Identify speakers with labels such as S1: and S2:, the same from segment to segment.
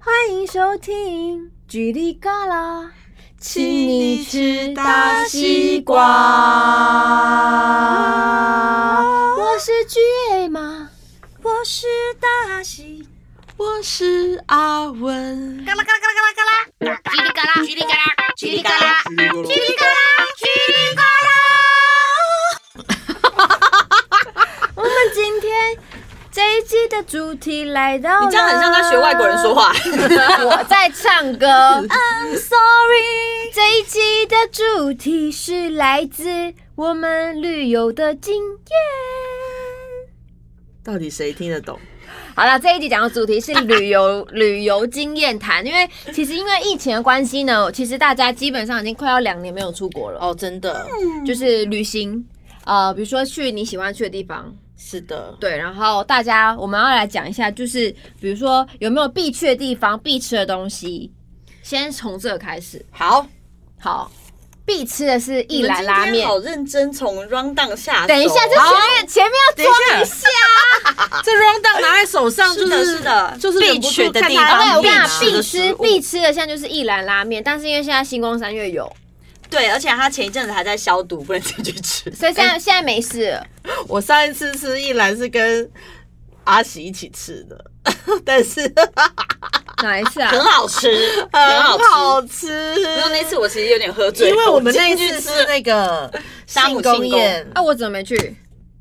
S1: 欢迎收听《举例嘎啦》，
S2: 请你吃大西瓜。
S3: 啊
S1: 我是 G A 吗？
S2: 我是大西，我是阿文。嘎啦嘎啦嘎啦嘎啦
S4: 叽里嘎啦，叽里嘎啦，叽里嘎啦，
S2: 叽里嘎啦，叽里嘎
S1: 我们今天这一季的主题来到，
S3: 你这样很像在学外国人说。 话。
S1: 我在唱 歌。I'm sorry。这一集的主题是来自我们旅游的经验。
S3: 到底谁听得懂？
S1: 好了，这一集讲的主题 是旅游旅游经验谈，因为其实因为疫情的关系呢，其实大家基本上已经快要两年没有出国了，
S3: 哦，真的，
S1: 就是旅行。呃，比如说去你喜欢去的地方，
S3: 是的，
S1: 对，然后大家我们要来讲一下，就是比如说有没有必去的地方、必吃的东西，先从这开始。
S3: 好，
S1: 好，必吃的是一兰拉
S3: 你们今天
S1: 面。
S3: 好认真从 round down 下手。哦
S1: 等一下，这
S3: 好
S1: 前面前面要
S2: 等一下，这 round down 拿在手上就是
S3: 的是的
S2: 就是忍不
S3: 必取
S2: 住
S3: 的
S2: 看
S3: 地
S2: 它
S3: 方啊
S1: 对，我跟你讲，
S3: 必吃
S1: 必
S3: 的
S1: 吃
S3: 食物
S1: 必吃的现在就是一兰拉面，但是因为现在星光三月有，
S3: 对，而且他前一阵子还在消毒，不能进去吃。
S1: 所以现在、现在没事了。
S2: 我上一次吃一兰是跟阿喜一起吃的， 但是
S1: 哪一次啊？
S3: 很好 吃，很好
S2: 很
S3: 吃。
S2: 好吃。
S3: 然后那次我其实有点喝醉，
S2: 因为我们那一
S3: 进去
S2: 次
S3: 吃
S2: 是那个
S3: 沙姆庆
S2: 庆
S3: 功
S2: 宴，
S1: 啊，我怎么没去？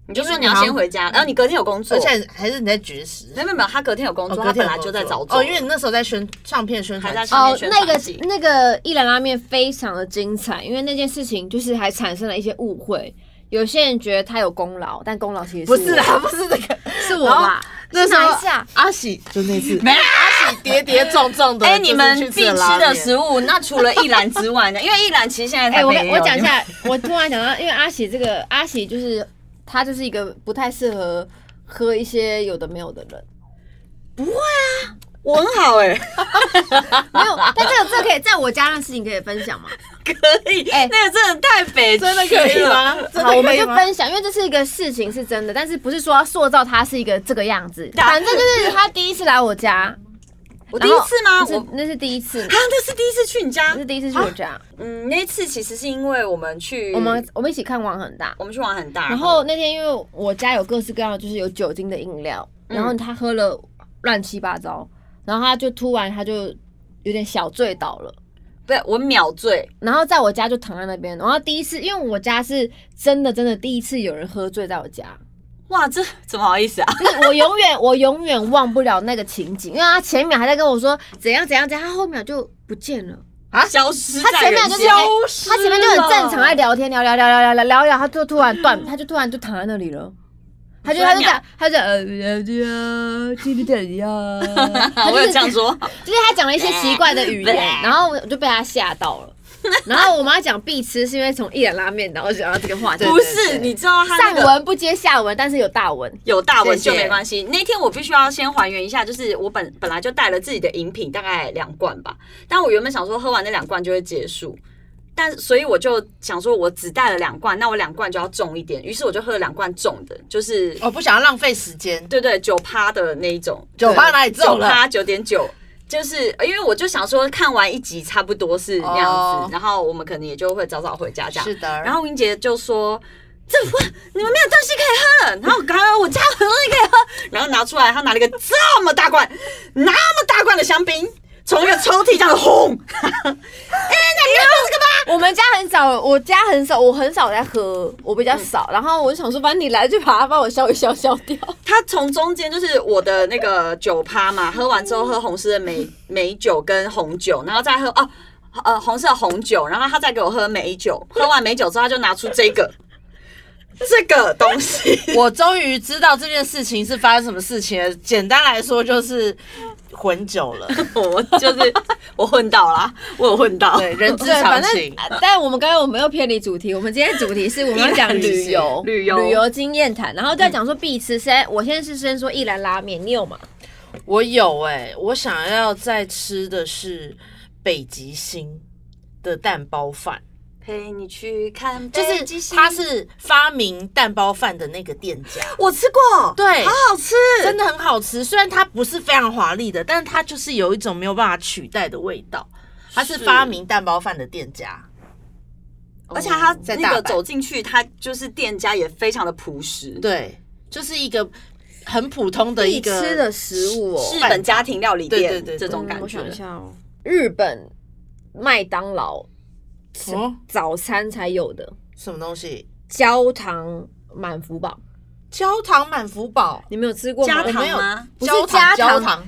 S3: 你就说你要先回家，啊然后你隔天有工作
S2: 而。且还是你在绝食。
S3: 没有没有没有，他隔天有工
S2: 哦
S3: 作，
S2: 隔
S3: 他
S2: 天
S3: 本
S2: 有
S3: 来就在早
S2: 工
S3: 走。
S2: 作哦，因为你那时候在宣唱片宣传
S3: 还在
S2: 期，
S3: 上面
S1: 哦，
S3: 宣
S1: 那
S3: 传
S1: 个
S3: 期
S1: 那个一兰拉面非常的精彩，因为那件事情就是还产生了一些误会。有些人觉得他有功劳，但功劳其实
S2: 不
S1: 是
S2: 是
S1: 我哦
S2: 啊， 不是那个，
S1: 是我吧？
S2: 那时
S1: 哪
S2: 候
S1: 一下？
S2: 阿喜就那次
S3: 没有
S2: 阿喜 跌跌撞撞的，
S3: 哎，你们
S2: 就是去
S3: 必
S2: 吃
S3: 吃的
S2: 物，
S3: 食物，那除了一兰之外呢？因为一兰其实现在
S1: 哎、
S3: 台
S1: 我
S3: 北
S1: 跟
S3: 也有
S1: 我讲一，
S3: 你们
S1: 下，我突然想到，因为阿喜这个阿喜就是他就是一个不太适合喝一些有的没有的人，
S3: 我很好哎，
S1: 没有，但这个这个可以在我家的事情可以分享吗？
S3: 可以，
S1: 哎
S3: 那个真的太北，
S2: 真的可以？吗？ 真
S1: 好，
S2: 的
S1: 我
S2: 可
S1: 们
S2: 以
S1: 就
S2: 吗？
S1: 分享，因为这是一个事情是真的，但是不是说要塑造他是一个这个样子。
S3: 打
S1: 反正就是他第一次来我家，我
S3: 我
S1: 啊
S3: 第一次吗？我
S1: 那是第一次
S3: 啊，，那是第一次去你家
S1: 那。是第一次去我家。
S3: 嗯，那一次其实是因为我们去
S1: 我们我们一起看网很大，
S3: 我们去玩很大，
S1: 然后那天因为我家有各式各样的就是有酒精的饮料，然后他喝了乱七八糟，然后他就突然他就有点小醉倒了。
S3: 对我秒醉，
S1: 然后在我家就躺在那边，然后第一次，因为我家是真的真的第一次有人喝醉在我家，
S3: 哇，这怎么好意思啊？
S1: 就是我永远我永远忘不了那个情景，因为他前一秒还在跟我说怎样怎样怎样，他后一秒就不见了。
S3: 啊，消失
S1: 他前面就是
S3: 消
S1: 他前面就很正常在啊聊天，聊聊聊聊聊聊聊聊，他就突然断，他就突然就躺在那里了。他就
S3: 你说
S1: 他就
S3: 你
S1: 这样，他就呃呃呃，这里等呀，他就
S3: 我有
S1: 是
S3: 这样说，
S1: 就是他讲了一些奇怪的语言，然后我就被他吓到了。然后我们要讲必吃，是因为从一人拉面，然后讲到这个话题，
S3: 不
S2: 对
S3: 是？你知道他那
S1: 上
S3: 个
S1: 文不接下文，但是有大文。
S3: 有大文就
S2: 谢谢
S3: 没关系。那天我必须要先还原一下，就是我本本来就带了自己的饮品，大概两罐吧。但我原本想说喝完那两罐就会结束，但所以我就想说我只带了两罐，那我两罐就要重一点，于是我就喝了两罐重的，就是
S1: 哦
S2: 我不想要浪费时间，
S3: 对对九趴的那一种，
S2: 九趴哪里重了
S3: 九趴九点九。就是因为我就想说，看完一集差不多是那样子
S2: 哦
S3: 然后我们可能也就会早早回家这样。
S2: 是的
S3: 然后英姐就说：“这不，你们没有东西可以喝了。”然后我刚刚我家有很多东西可以喝，然后拿出来，他拿了一个这么大罐、那么大罐的香槟，从一个抽屉这样轰。
S1: 我们家很少，我家很少，我很少在喝，我比较少。然后我就想说，反正你来就把它帮我消一消消掉。
S3: 他从中间就是我的那个酒趴
S2: 嗯
S3: 嘛，喝完之后喝红色的美美酒跟红酒，然后再喝哦。呃，红色红酒，然后他再给我喝美酒，喝完美酒之后，他就拿出这个 这个东西，
S2: 我终于知道这件事情是发生什么事情了。简单来说就是混酒 了，
S3: 我就是我混 到啦，我有混到，、
S2: 对，人之
S1: 对，
S2: 常
S1: 反正呃
S2: 情。
S1: 但我们刚刚我们又偏离主题，我们今天主题是我们要讲 旅游
S3: 旅游
S1: 旅游嗯经验谈，然后再讲说必吃。先，我现在是先说一兰拉面，你有吗？
S2: 我有哎、我想要再吃的是北极星的蛋包饭，
S3: 陪你去看
S2: 就
S3: 北极
S2: 是
S3: 星
S2: 他是发明蛋包饭的那个店家，
S3: 我吃过，
S2: 对
S3: 好好吃，
S2: 真的很好吃。虽然它不是非常华丽的，但是它就是有一种没有办法取代的味道。它是
S3: 是
S2: 发明蛋包饭的店家，
S3: 而且
S1: 哦
S3: 他
S2: 哦在
S3: 那
S2: 大
S3: 个
S2: 阪
S3: 走进去，他就是店家也非常的朴实，，
S2: 对，就是一个很普通的一
S1: 必
S2: 个
S1: 吃的食物哦，
S3: 日本家庭料理店
S2: 对对对对
S3: 这种感
S1: 嗯我
S3: 觉
S1: 想一。下哦，日本麦当劳
S2: 哦，
S1: 早餐才有的
S2: 什么东西？
S1: 焦糖满福堡，
S2: 焦糖满福宝，
S1: 你们有吃过
S3: 加
S1: 吗？
S3: 糖
S2: 我没有
S3: 吗？
S1: 不是
S2: 焦
S1: 加
S2: 糖，焦
S1: 糖
S2: 糖，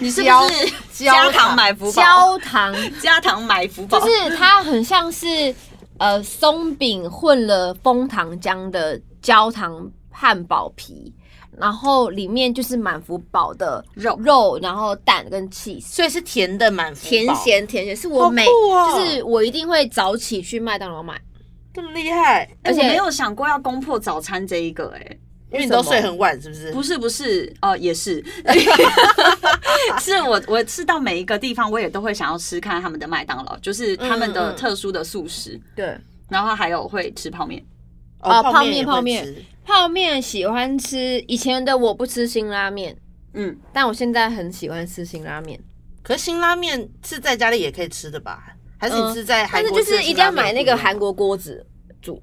S3: 你是
S2: 焦
S3: 不是
S2: 焦
S3: 加
S2: 糖
S3: 糖买福宝？
S1: 焦糖
S3: 加糖买福宝，
S1: 就是它很像是呃松饼混了枫糖浆的焦糖汉堡皮，然后里面就是满福堡的
S3: 肉
S1: 肉，然后蛋跟 cheese。
S2: 所以是甜的满福宝，
S1: 甜咸甜咸是
S2: 好
S1: 我
S2: 酷
S1: 每、
S2: 哦
S1: 就是我一定会早起去麦当劳买，
S2: 这么厉害，
S3: 哎
S1: 而且
S3: 我没有想过要攻破早餐这一个，哎，
S2: 因为你都
S1: 为什么
S2: 睡很晚，是不是？
S3: 不是不是，哦，也 是，是我我是到每一个地方，我也都会想要吃看他们的麦当劳，就是他们
S2: 嗯
S3: 的
S2: 嗯
S3: 特殊的素食，
S1: 对，
S3: 然后还有会吃泡面，
S1: 啊
S2: 泡
S1: 泡
S2: 面也
S1: 面
S2: 会
S1: 泡面
S2: 吃
S1: 泡面喜欢吃，以前的我不吃辛拉面，
S3: 嗯，
S1: 但我现在很喜欢吃辛拉面，
S2: 可是辛拉面是在家里也可以吃的吧？还是你
S1: 嗯
S2: 是在
S1: 但
S2: 韩
S1: 是
S2: 国、
S1: 就是一定要买那个韩，国锅子煮，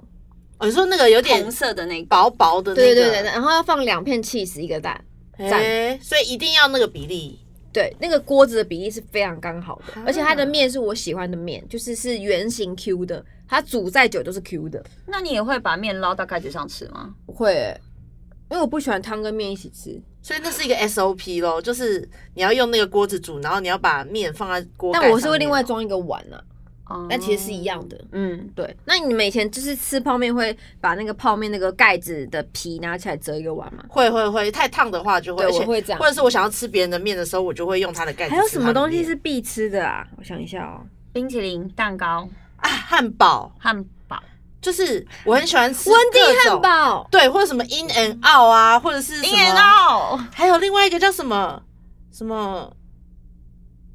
S2: 我、哦、你说那个有点
S3: 红色的那个，
S2: 薄薄的、那
S1: 对
S2: 个，
S1: 对对对，然后要放两片 cheese 一个蛋，蘸
S2: 哎所以一定要那个比例。
S1: 对，那个锅子的比例是非常刚好的
S2: 啊，
S1: 而且它的面是我喜欢的面，就是是圆形 Q 的，它煮再久都是 Q 的，
S3: 那你也会把面捞到盖子上吃吗？
S1: 不会、因为我不喜欢汤跟面一起吃，
S2: 所以那是一个 SOP 咯，就是你要用那个锅子煮，然后你要把面放在锅盖上面。
S1: 但我是会另外装一个碗啊，但其实是一样的。
S3: 哦嗯，
S1: 哦对，那你们以前就是吃泡面会把那个泡面那个盖子的皮拿起来折一个碗吗？
S2: 会会会，太烫的话就会，
S1: 对
S2: 而且
S1: 我会这样
S2: 或者是我想要吃别人的面的时候，我就会用它的盖子。
S1: 还有什么东西是？必吃的啊？我想一下哦，
S3: 冰淇淋、蛋糕、
S2: 啊，汉堡，
S3: 汉堡，
S2: 就是我很喜欢 吃
S1: 温蒂
S2: 各
S1: 汉，
S2: 种
S1: 堡。
S2: 对，或者什么 In and Out 啊，或者是什么
S3: out，
S2: 还有另外一个叫什么什么，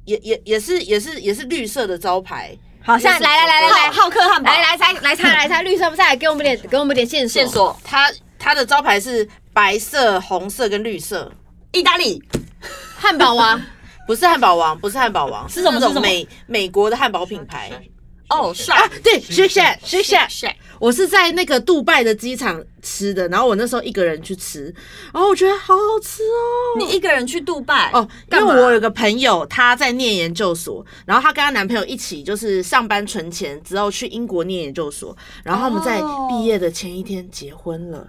S2: 也也也是也是也是绿色的招牌，
S1: 好，现在来来来来
S3: 浩
S1: 来
S3: 浩克汉堡，
S1: 来来猜来猜来猜，绿色不猜？给我们点给我们点线索。
S3: 线索，
S2: 它它的招牌是白色、红色跟绿色，
S3: 意大利
S1: 汉堡啊 王，
S2: 不是汉堡王，不是汉堡王，是
S3: 什么
S2: 那种
S3: 是什么
S2: 美美国的汉堡品牌
S3: 哦，
S2: 啊
S3: 帅，，
S2: 对，Shake Shack Shake Shack，
S3: 帅，
S2: 我是在那个杜拜的机场吃的，然后我那时候一个人去吃，然后我觉得好好吃哦，
S3: 你一个人去杜拜
S2: 哦，因
S3: 干嘛
S2: 为我有个朋友，她在念研究所，然后她跟她男朋友一起就是上班存钱之后去英国念研究所，然后他们在
S3: 哦
S2: 毕业的前一天结婚了。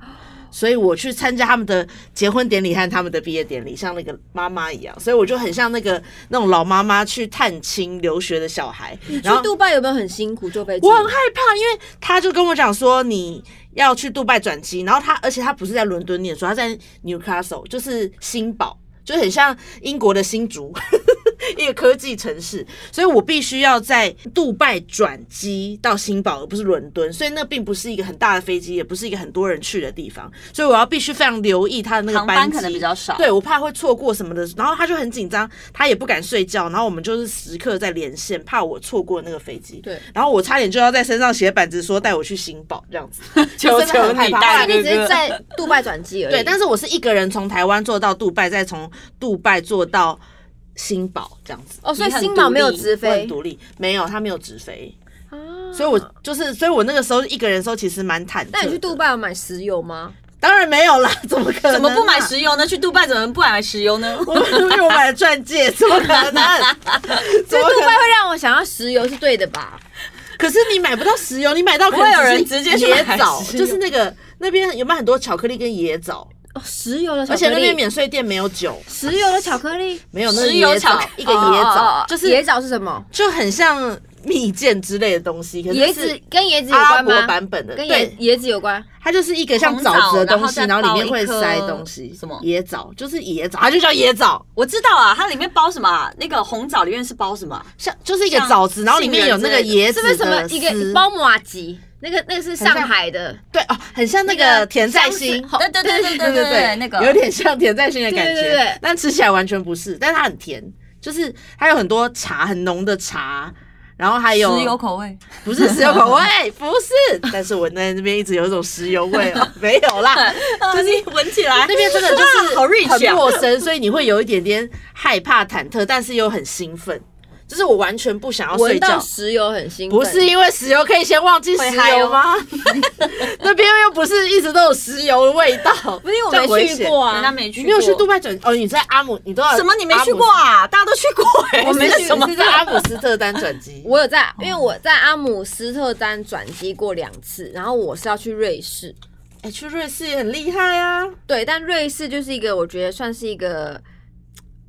S2: 所以我去参加他们的结婚典礼和他们的毕业典礼，像那个妈妈一样，所以我就很像那个那种老妈妈去探亲留学的小孩。然后
S1: 去杜拜有没有很辛苦坐飞机？
S2: 我很害怕，因为他就跟我讲说你要去杜拜转机，然后他而且他不是在伦敦念书，他在 Newcastle，就是新堡，就很像英国的新竹 一个科技城市，所以我必须要在杜拜转机到新堡，而不是伦敦，所以那并不是一个很大的飞机，也不是一个很多人去的地方，所以我要必须非常留意他的那个
S3: 航班
S2: 机
S3: 可能比较少，
S2: 对我怕会错过什么的，然后他就很紧张，他也不敢睡觉，然后我们就是时刻在连线，怕我错过那个飞机。
S1: 对，
S2: 然后我差点就要在身上写板子说带我去新堡这样子，就真的很害怕
S3: 带
S1: 所以你只是在 杜拜转机而已。
S2: 对，但是我是一个人从台湾坐到杜拜，再从杜拜坐到新堡这样子。
S1: 哦，所以
S3: 你很
S1: 新宝没有
S3: 独立
S1: 直
S2: 我很
S1: 飞
S2: 独立，没有他没有直飞，
S1: 啊
S2: 所以我就是，所以我那个时候一个人的时候其实蛮忐忑。
S1: 那你去杜？拜有买石油 吗？
S2: 当然没有啦， 怎么可能、啊
S3: 怎么不买？石油呢？去杜拜怎么不买石油呢？
S2: 我因为我买了钻戒，怎么可能？
S1: 所
S2: 怎
S1: 以杜
S2: 么可能
S1: 拜会让我想要石油是对的吧？
S2: 可是你买不到石油，你买到可
S3: 不会有
S2: 能
S3: 人
S2: 只是
S3: 直接去
S2: 椰
S3: 买
S2: 枣，
S3: 石油
S2: 就是那个那边有卖很多巧克力跟椰枣，
S1: 哦，石油的巧
S2: 而
S1: 克
S2: 且
S1: 力，
S2: 那边免税店没有酒，
S1: 石油的巧克 力，
S2: 没有那
S3: 石油
S2: 椰
S3: 巧
S2: 枣
S3: 克
S2: 一个椰
S1: 哦哦
S2: 枣
S1: 哦，
S2: 就是
S1: 椰枣是什么？
S2: 就很像蜜饯之类的东西，可
S1: 椰
S2: 是
S1: 子
S2: 是
S1: 跟椰子有
S2: 阿拉
S1: 关
S2: 伯
S1: 吗？
S2: 版本的，
S1: 跟椰
S2: 对，
S1: 椰子有关，
S2: 它就是一个像
S3: 红
S2: 枣子的
S3: 枣
S2: 东西，
S3: 然后再
S2: 然后里面
S3: 包一
S2: 会塞
S3: 颗
S2: 东西，
S3: 什么
S2: 椰枣，就是椰枣，它就叫椰枣，
S3: 我知道啊，它里面包什么啊？那个红枣里面是包什么啊？
S2: 像就是一个
S3: 像
S2: 枣子，然后里面有那个
S3: 杏
S2: 椰
S1: 是
S2: 子
S1: 不是什么
S2: 的
S1: 一个
S2: 丝
S1: 包马吉？那个那个是上海的，
S2: 对哦，很像那
S1: 那
S2: 个
S1: 个哦
S2: 甜在
S1: 香
S2: 心
S1: 水，好
S3: 对对对对
S2: 对
S3: 对对
S2: 对，
S3: 对，那个
S2: 有点像甜在心的感觉，
S1: 对对对对
S2: 但吃起来完全不是，但它很甜，就是它有很多茶，很浓的茶，然后还有
S5: 石油口味，
S2: 不是石油口味，不是， 但是我在那边一直有一种石油味 哦，没有啦，
S3: 就是啊闻起来
S2: 那边真的就是
S3: 好 rich 啊
S2: 很陌生，所以你会有一点点害怕、忐忑，但是又很兴奋。就是我完全不想要睡
S1: 闻到
S2: 觉，
S1: 石油很兴奋，
S2: 不是因为石油可以先忘记石油吗？ 那边又不是一直都有石油的味道，不
S1: 不是因为我没去过
S3: 人家
S1: 啊，
S3: 没去
S2: 你没
S3: 过，
S2: 有去杜拜转哦？你在阿姆，你都要
S3: 什么？你没去过啊？大家都去过哎、
S2: 阿姆斯？我没
S3: 是什么
S2: 是在阿姆斯特丹转机。
S1: 我有在，因为我在阿姆斯特丹转机过两次，然后我是要去瑞士，
S2: 哎，去瑞士也很厉害啊！
S1: 对，但瑞士就是一个我觉得算是一个，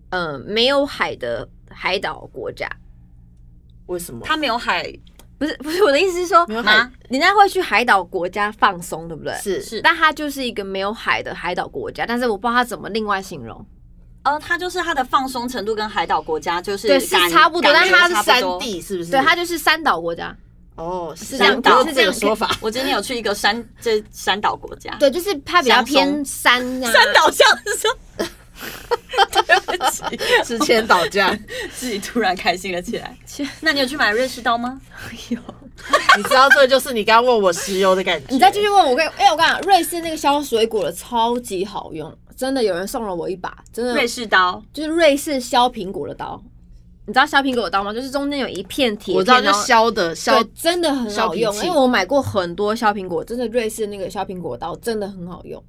S1: 呃，没有海的海岛国家。
S2: 为什么？
S3: 他没有海
S1: 不是不是，我的意思是说
S2: 没有，海
S1: 啊，人家会去海岛国家放松，对不对？
S2: 是
S3: 是
S1: 但它就是一个没有海的海岛国家，但是我不知道它怎么另外形容。
S3: 呃，它就是它的放松程度跟海岛国家就是
S1: 对是
S3: 感
S1: 差不多
S3: 感
S1: 但
S3: 觉
S1: 它
S2: 它
S3: 差
S2: 是
S3: 不
S2: 山
S3: 多
S2: 地是不是？
S1: 对，它就是三岛国家。
S2: 哦是
S1: 这样
S2: 不
S1: 岛
S2: 是
S1: 是
S2: 这
S1: 这个
S2: 个说法。
S3: 我今天有去一个山，这山岛国家，
S1: 对，就是它比较
S3: 乡松
S1: 偏山啊。
S3: 山岛像是
S2: 之前岛价，
S3: 自己突然开心了起 来。那你有去买瑞士刀吗？
S2: 你知道这就是你刚刚问我石油的感觉。
S1: 你再继续问我，我跟哎、我跟你讲，瑞士那个削水果的超级好用，真的有人送了我一把，真的
S3: 瑞士刀，
S1: 就是瑞士削苹果的刀。你知道削苹果的刀吗？就是中间有一片铁片，
S2: 我知道就
S1: 然后
S2: 削的削
S1: 对，真的很
S2: 削
S1: 好
S2: 皮
S1: 用，
S2: 器
S1: 因为我买过很多削苹果，真的瑞士那个削苹果刀真的很好用。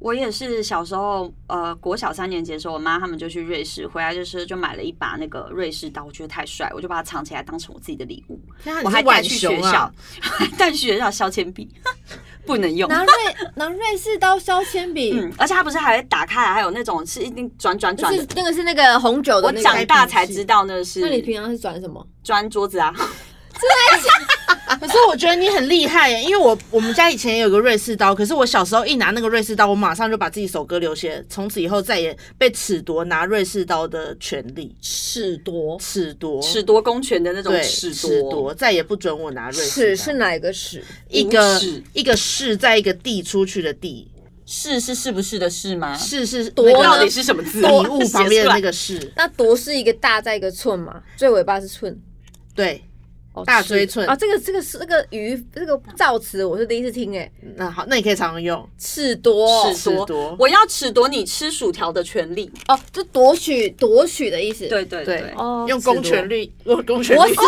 S3: 我也是小时候，呃，国小三年级的时候，我妈他们就去瑞士，回来就是就买了一把那个瑞士刀，我觉得太帅，我就把它藏起来当成我自己的礼物，
S2: 那你
S3: 我
S2: 是
S3: 还带
S2: 浣
S3: 去学
S2: 熊
S3: 校，
S2: 啊？
S3: 还带去学校削铅笔， 不能用。
S1: 拿 瑞拿瑞士刀削铅笔，
S3: 嗯，而且它不是还会打开来，还有那种是一定转转
S1: 就
S3: 转
S1: 是
S3: 的。
S1: 那个是那个红酒的
S3: 我
S1: 那
S3: 长
S1: 个。
S3: 大才知道那是
S1: 那你平常是转什么？
S3: 砖桌子啊，
S2: 可是我觉得你很厉害耶，因为我我们家以前有个瑞士刀，可是我小时候一拿那个瑞士刀，我马上就把自己手割流血，从此以后再也被褫夺拿瑞士刀的权利。
S1: 尺夺，
S2: 褫夺，
S3: 尺夺公权的那种
S2: 对，
S3: 尺
S2: 褫夺，再也不准我拿瑞
S1: 尺
S2: 士刀。
S1: 是哪一个尺？
S2: 一个
S3: 无耻
S2: 一个是在一个地出去的地，
S5: 是是是不是的是吗？
S2: 是是
S1: 夺
S2: 那个
S3: 到底是什么字？
S2: 礼物旁边的那
S3: 个
S2: 个是，
S1: 那夺是一个大在一个寸嘛，最尾巴是寸。
S2: 对，
S1: 哦
S2: 大
S1: 尺
S2: 锥寸
S1: 啊，这个这个是这个鱼这个造词，我是第一次听哎，
S2: 那好，那你可以常常用。
S1: 尺夺
S3: 尺
S2: 尺
S3: 夺
S2: 夺，
S3: 哦我要尺夺你吃薯条的权利。
S1: 哦，就夺取夺取的意思。，
S3: 对对
S2: 对
S3: 对，，
S1: 哦
S2: 用
S1: 尺夺
S2: 公权力， 用公权
S1: 我
S2: 力
S1: 是，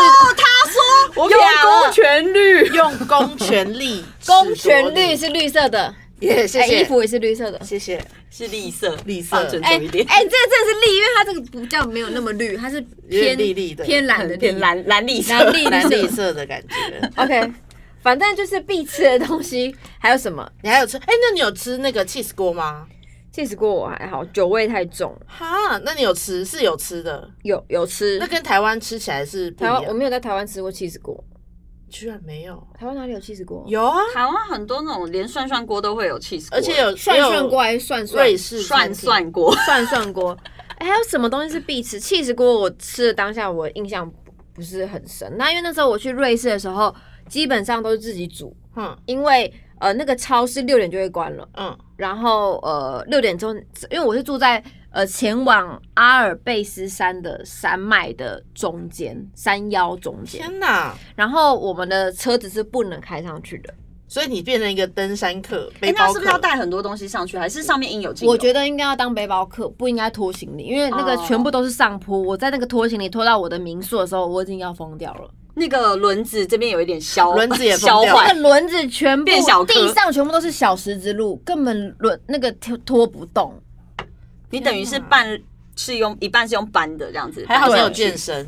S2: 我用
S3: 啊
S2: 公
S3: 权率。
S2: 用公权力，
S1: 公权力，是绿色的，
S2: 耶，谢
S1: 哎衣
S2: 谢，
S1: 服也是绿色 的。
S2: 谢谢，
S3: 是绿色，
S2: 绿色
S3: 放尊重一点，
S1: 哎、这个真的是绿，因为它这个不叫没有那么绿，它是
S2: 有点
S1: 偏
S2: 绿绿的
S1: 偏蓝的
S3: 很
S1: 绿
S3: 偏哎蓝蓝绿色，
S1: 蓝绿
S2: 蓝绿
S1: 绿色。
S2: 色的感觉。
S1: OK，反正就是必吃的东西还有什么？
S2: 你还有吃？哎，那你有吃那个 cheese 锅吗？
S1: 气死过我还好，酒味太重，
S2: 哈，那你有吃是有吃的，
S1: 有有吃
S2: 那。跟啊台湾吃起来是不一
S1: 台湾
S2: 样
S1: 我。没有在台湾吃过气死过，
S2: 居然没有，
S1: 台湾哪里有气死过？
S2: 有啊，
S3: 台湾很多那种连涮涮锅都会有 cheese，锅
S2: 而且有
S1: 涮
S2: 也有
S1: 涮锅还是涮涮？
S2: 瑞士餐厅
S3: 涮 涮锅，
S1: 涮涮锅。哎、还有什么东西是必吃？气死锅我吃的当下我印象不不是很深，那因为那时候我去瑞士的时候，基本上都是自己煮，
S2: 嗯
S1: 因为呃那个超市六点就会关了。
S2: 嗯，
S1: 然后呃六点钟，因为我是住在呃前往阿尔卑斯山的山脉的中间，山腰中间。
S2: 天哪！
S1: 然后我们的车子是不能开上去的，
S2: 所以你变成一个登山客，背
S3: 哎，那
S2: 包
S3: 是
S2: 客
S3: 不是要带很多东西上去？还是上面应有尽有？
S1: 我觉得应该要当背包客，不应该拖行李，因为那个
S3: 哦
S1: 全部都是上坡。我在那个拖行李拖到我的民宿的时候，我已经要疯掉了。
S3: 那个轮子这边有一点消，
S2: 轮子也
S3: 消
S2: 疯掉
S1: 那
S3: 坏
S1: 个，轮子全部
S3: 变小颗
S1: 地上全部都是小石子路，根本轮那个拖拖不动。
S3: 你等于是半是用一半是用搬的这样子，
S2: 还好
S3: 搬
S2: 没有
S3: 上去
S2: 健身，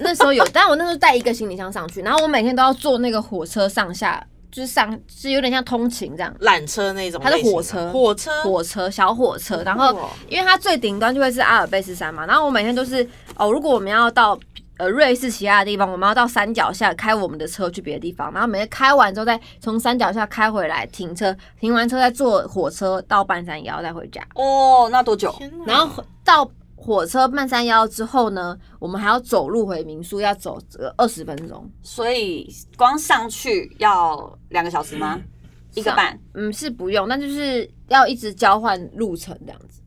S1: 那时候 有，但我那时候带一个行李箱上去，然后我每天都要坐那个火车上下，就是上，就是有点像通勤这样，
S2: 缆车那种
S1: 它
S2: 类型的，
S1: 是火车
S2: 火车，
S1: 火车小火车，然后
S2: 酷哦
S1: 因为它最顶端就会是阿尔卑斯山嘛，然后我每天都是哦，如果我们要到呃瑞士其他的地方，我们要到山脚下开我们的车去别的地方，然后每天开完之后再从山脚下开回来停车，停完车再坐火车到半山腰再回家，
S3: 哦，那多久？
S2: 天哪！
S1: 然后到。火车半山腰之后呢，我们还要走路回民宿，要走二十分钟。
S3: 所以光上去要两个小时吗？
S1: 嗯
S3: 一个半。
S1: 嗯，是不用，但就是要一直交换路程这样子。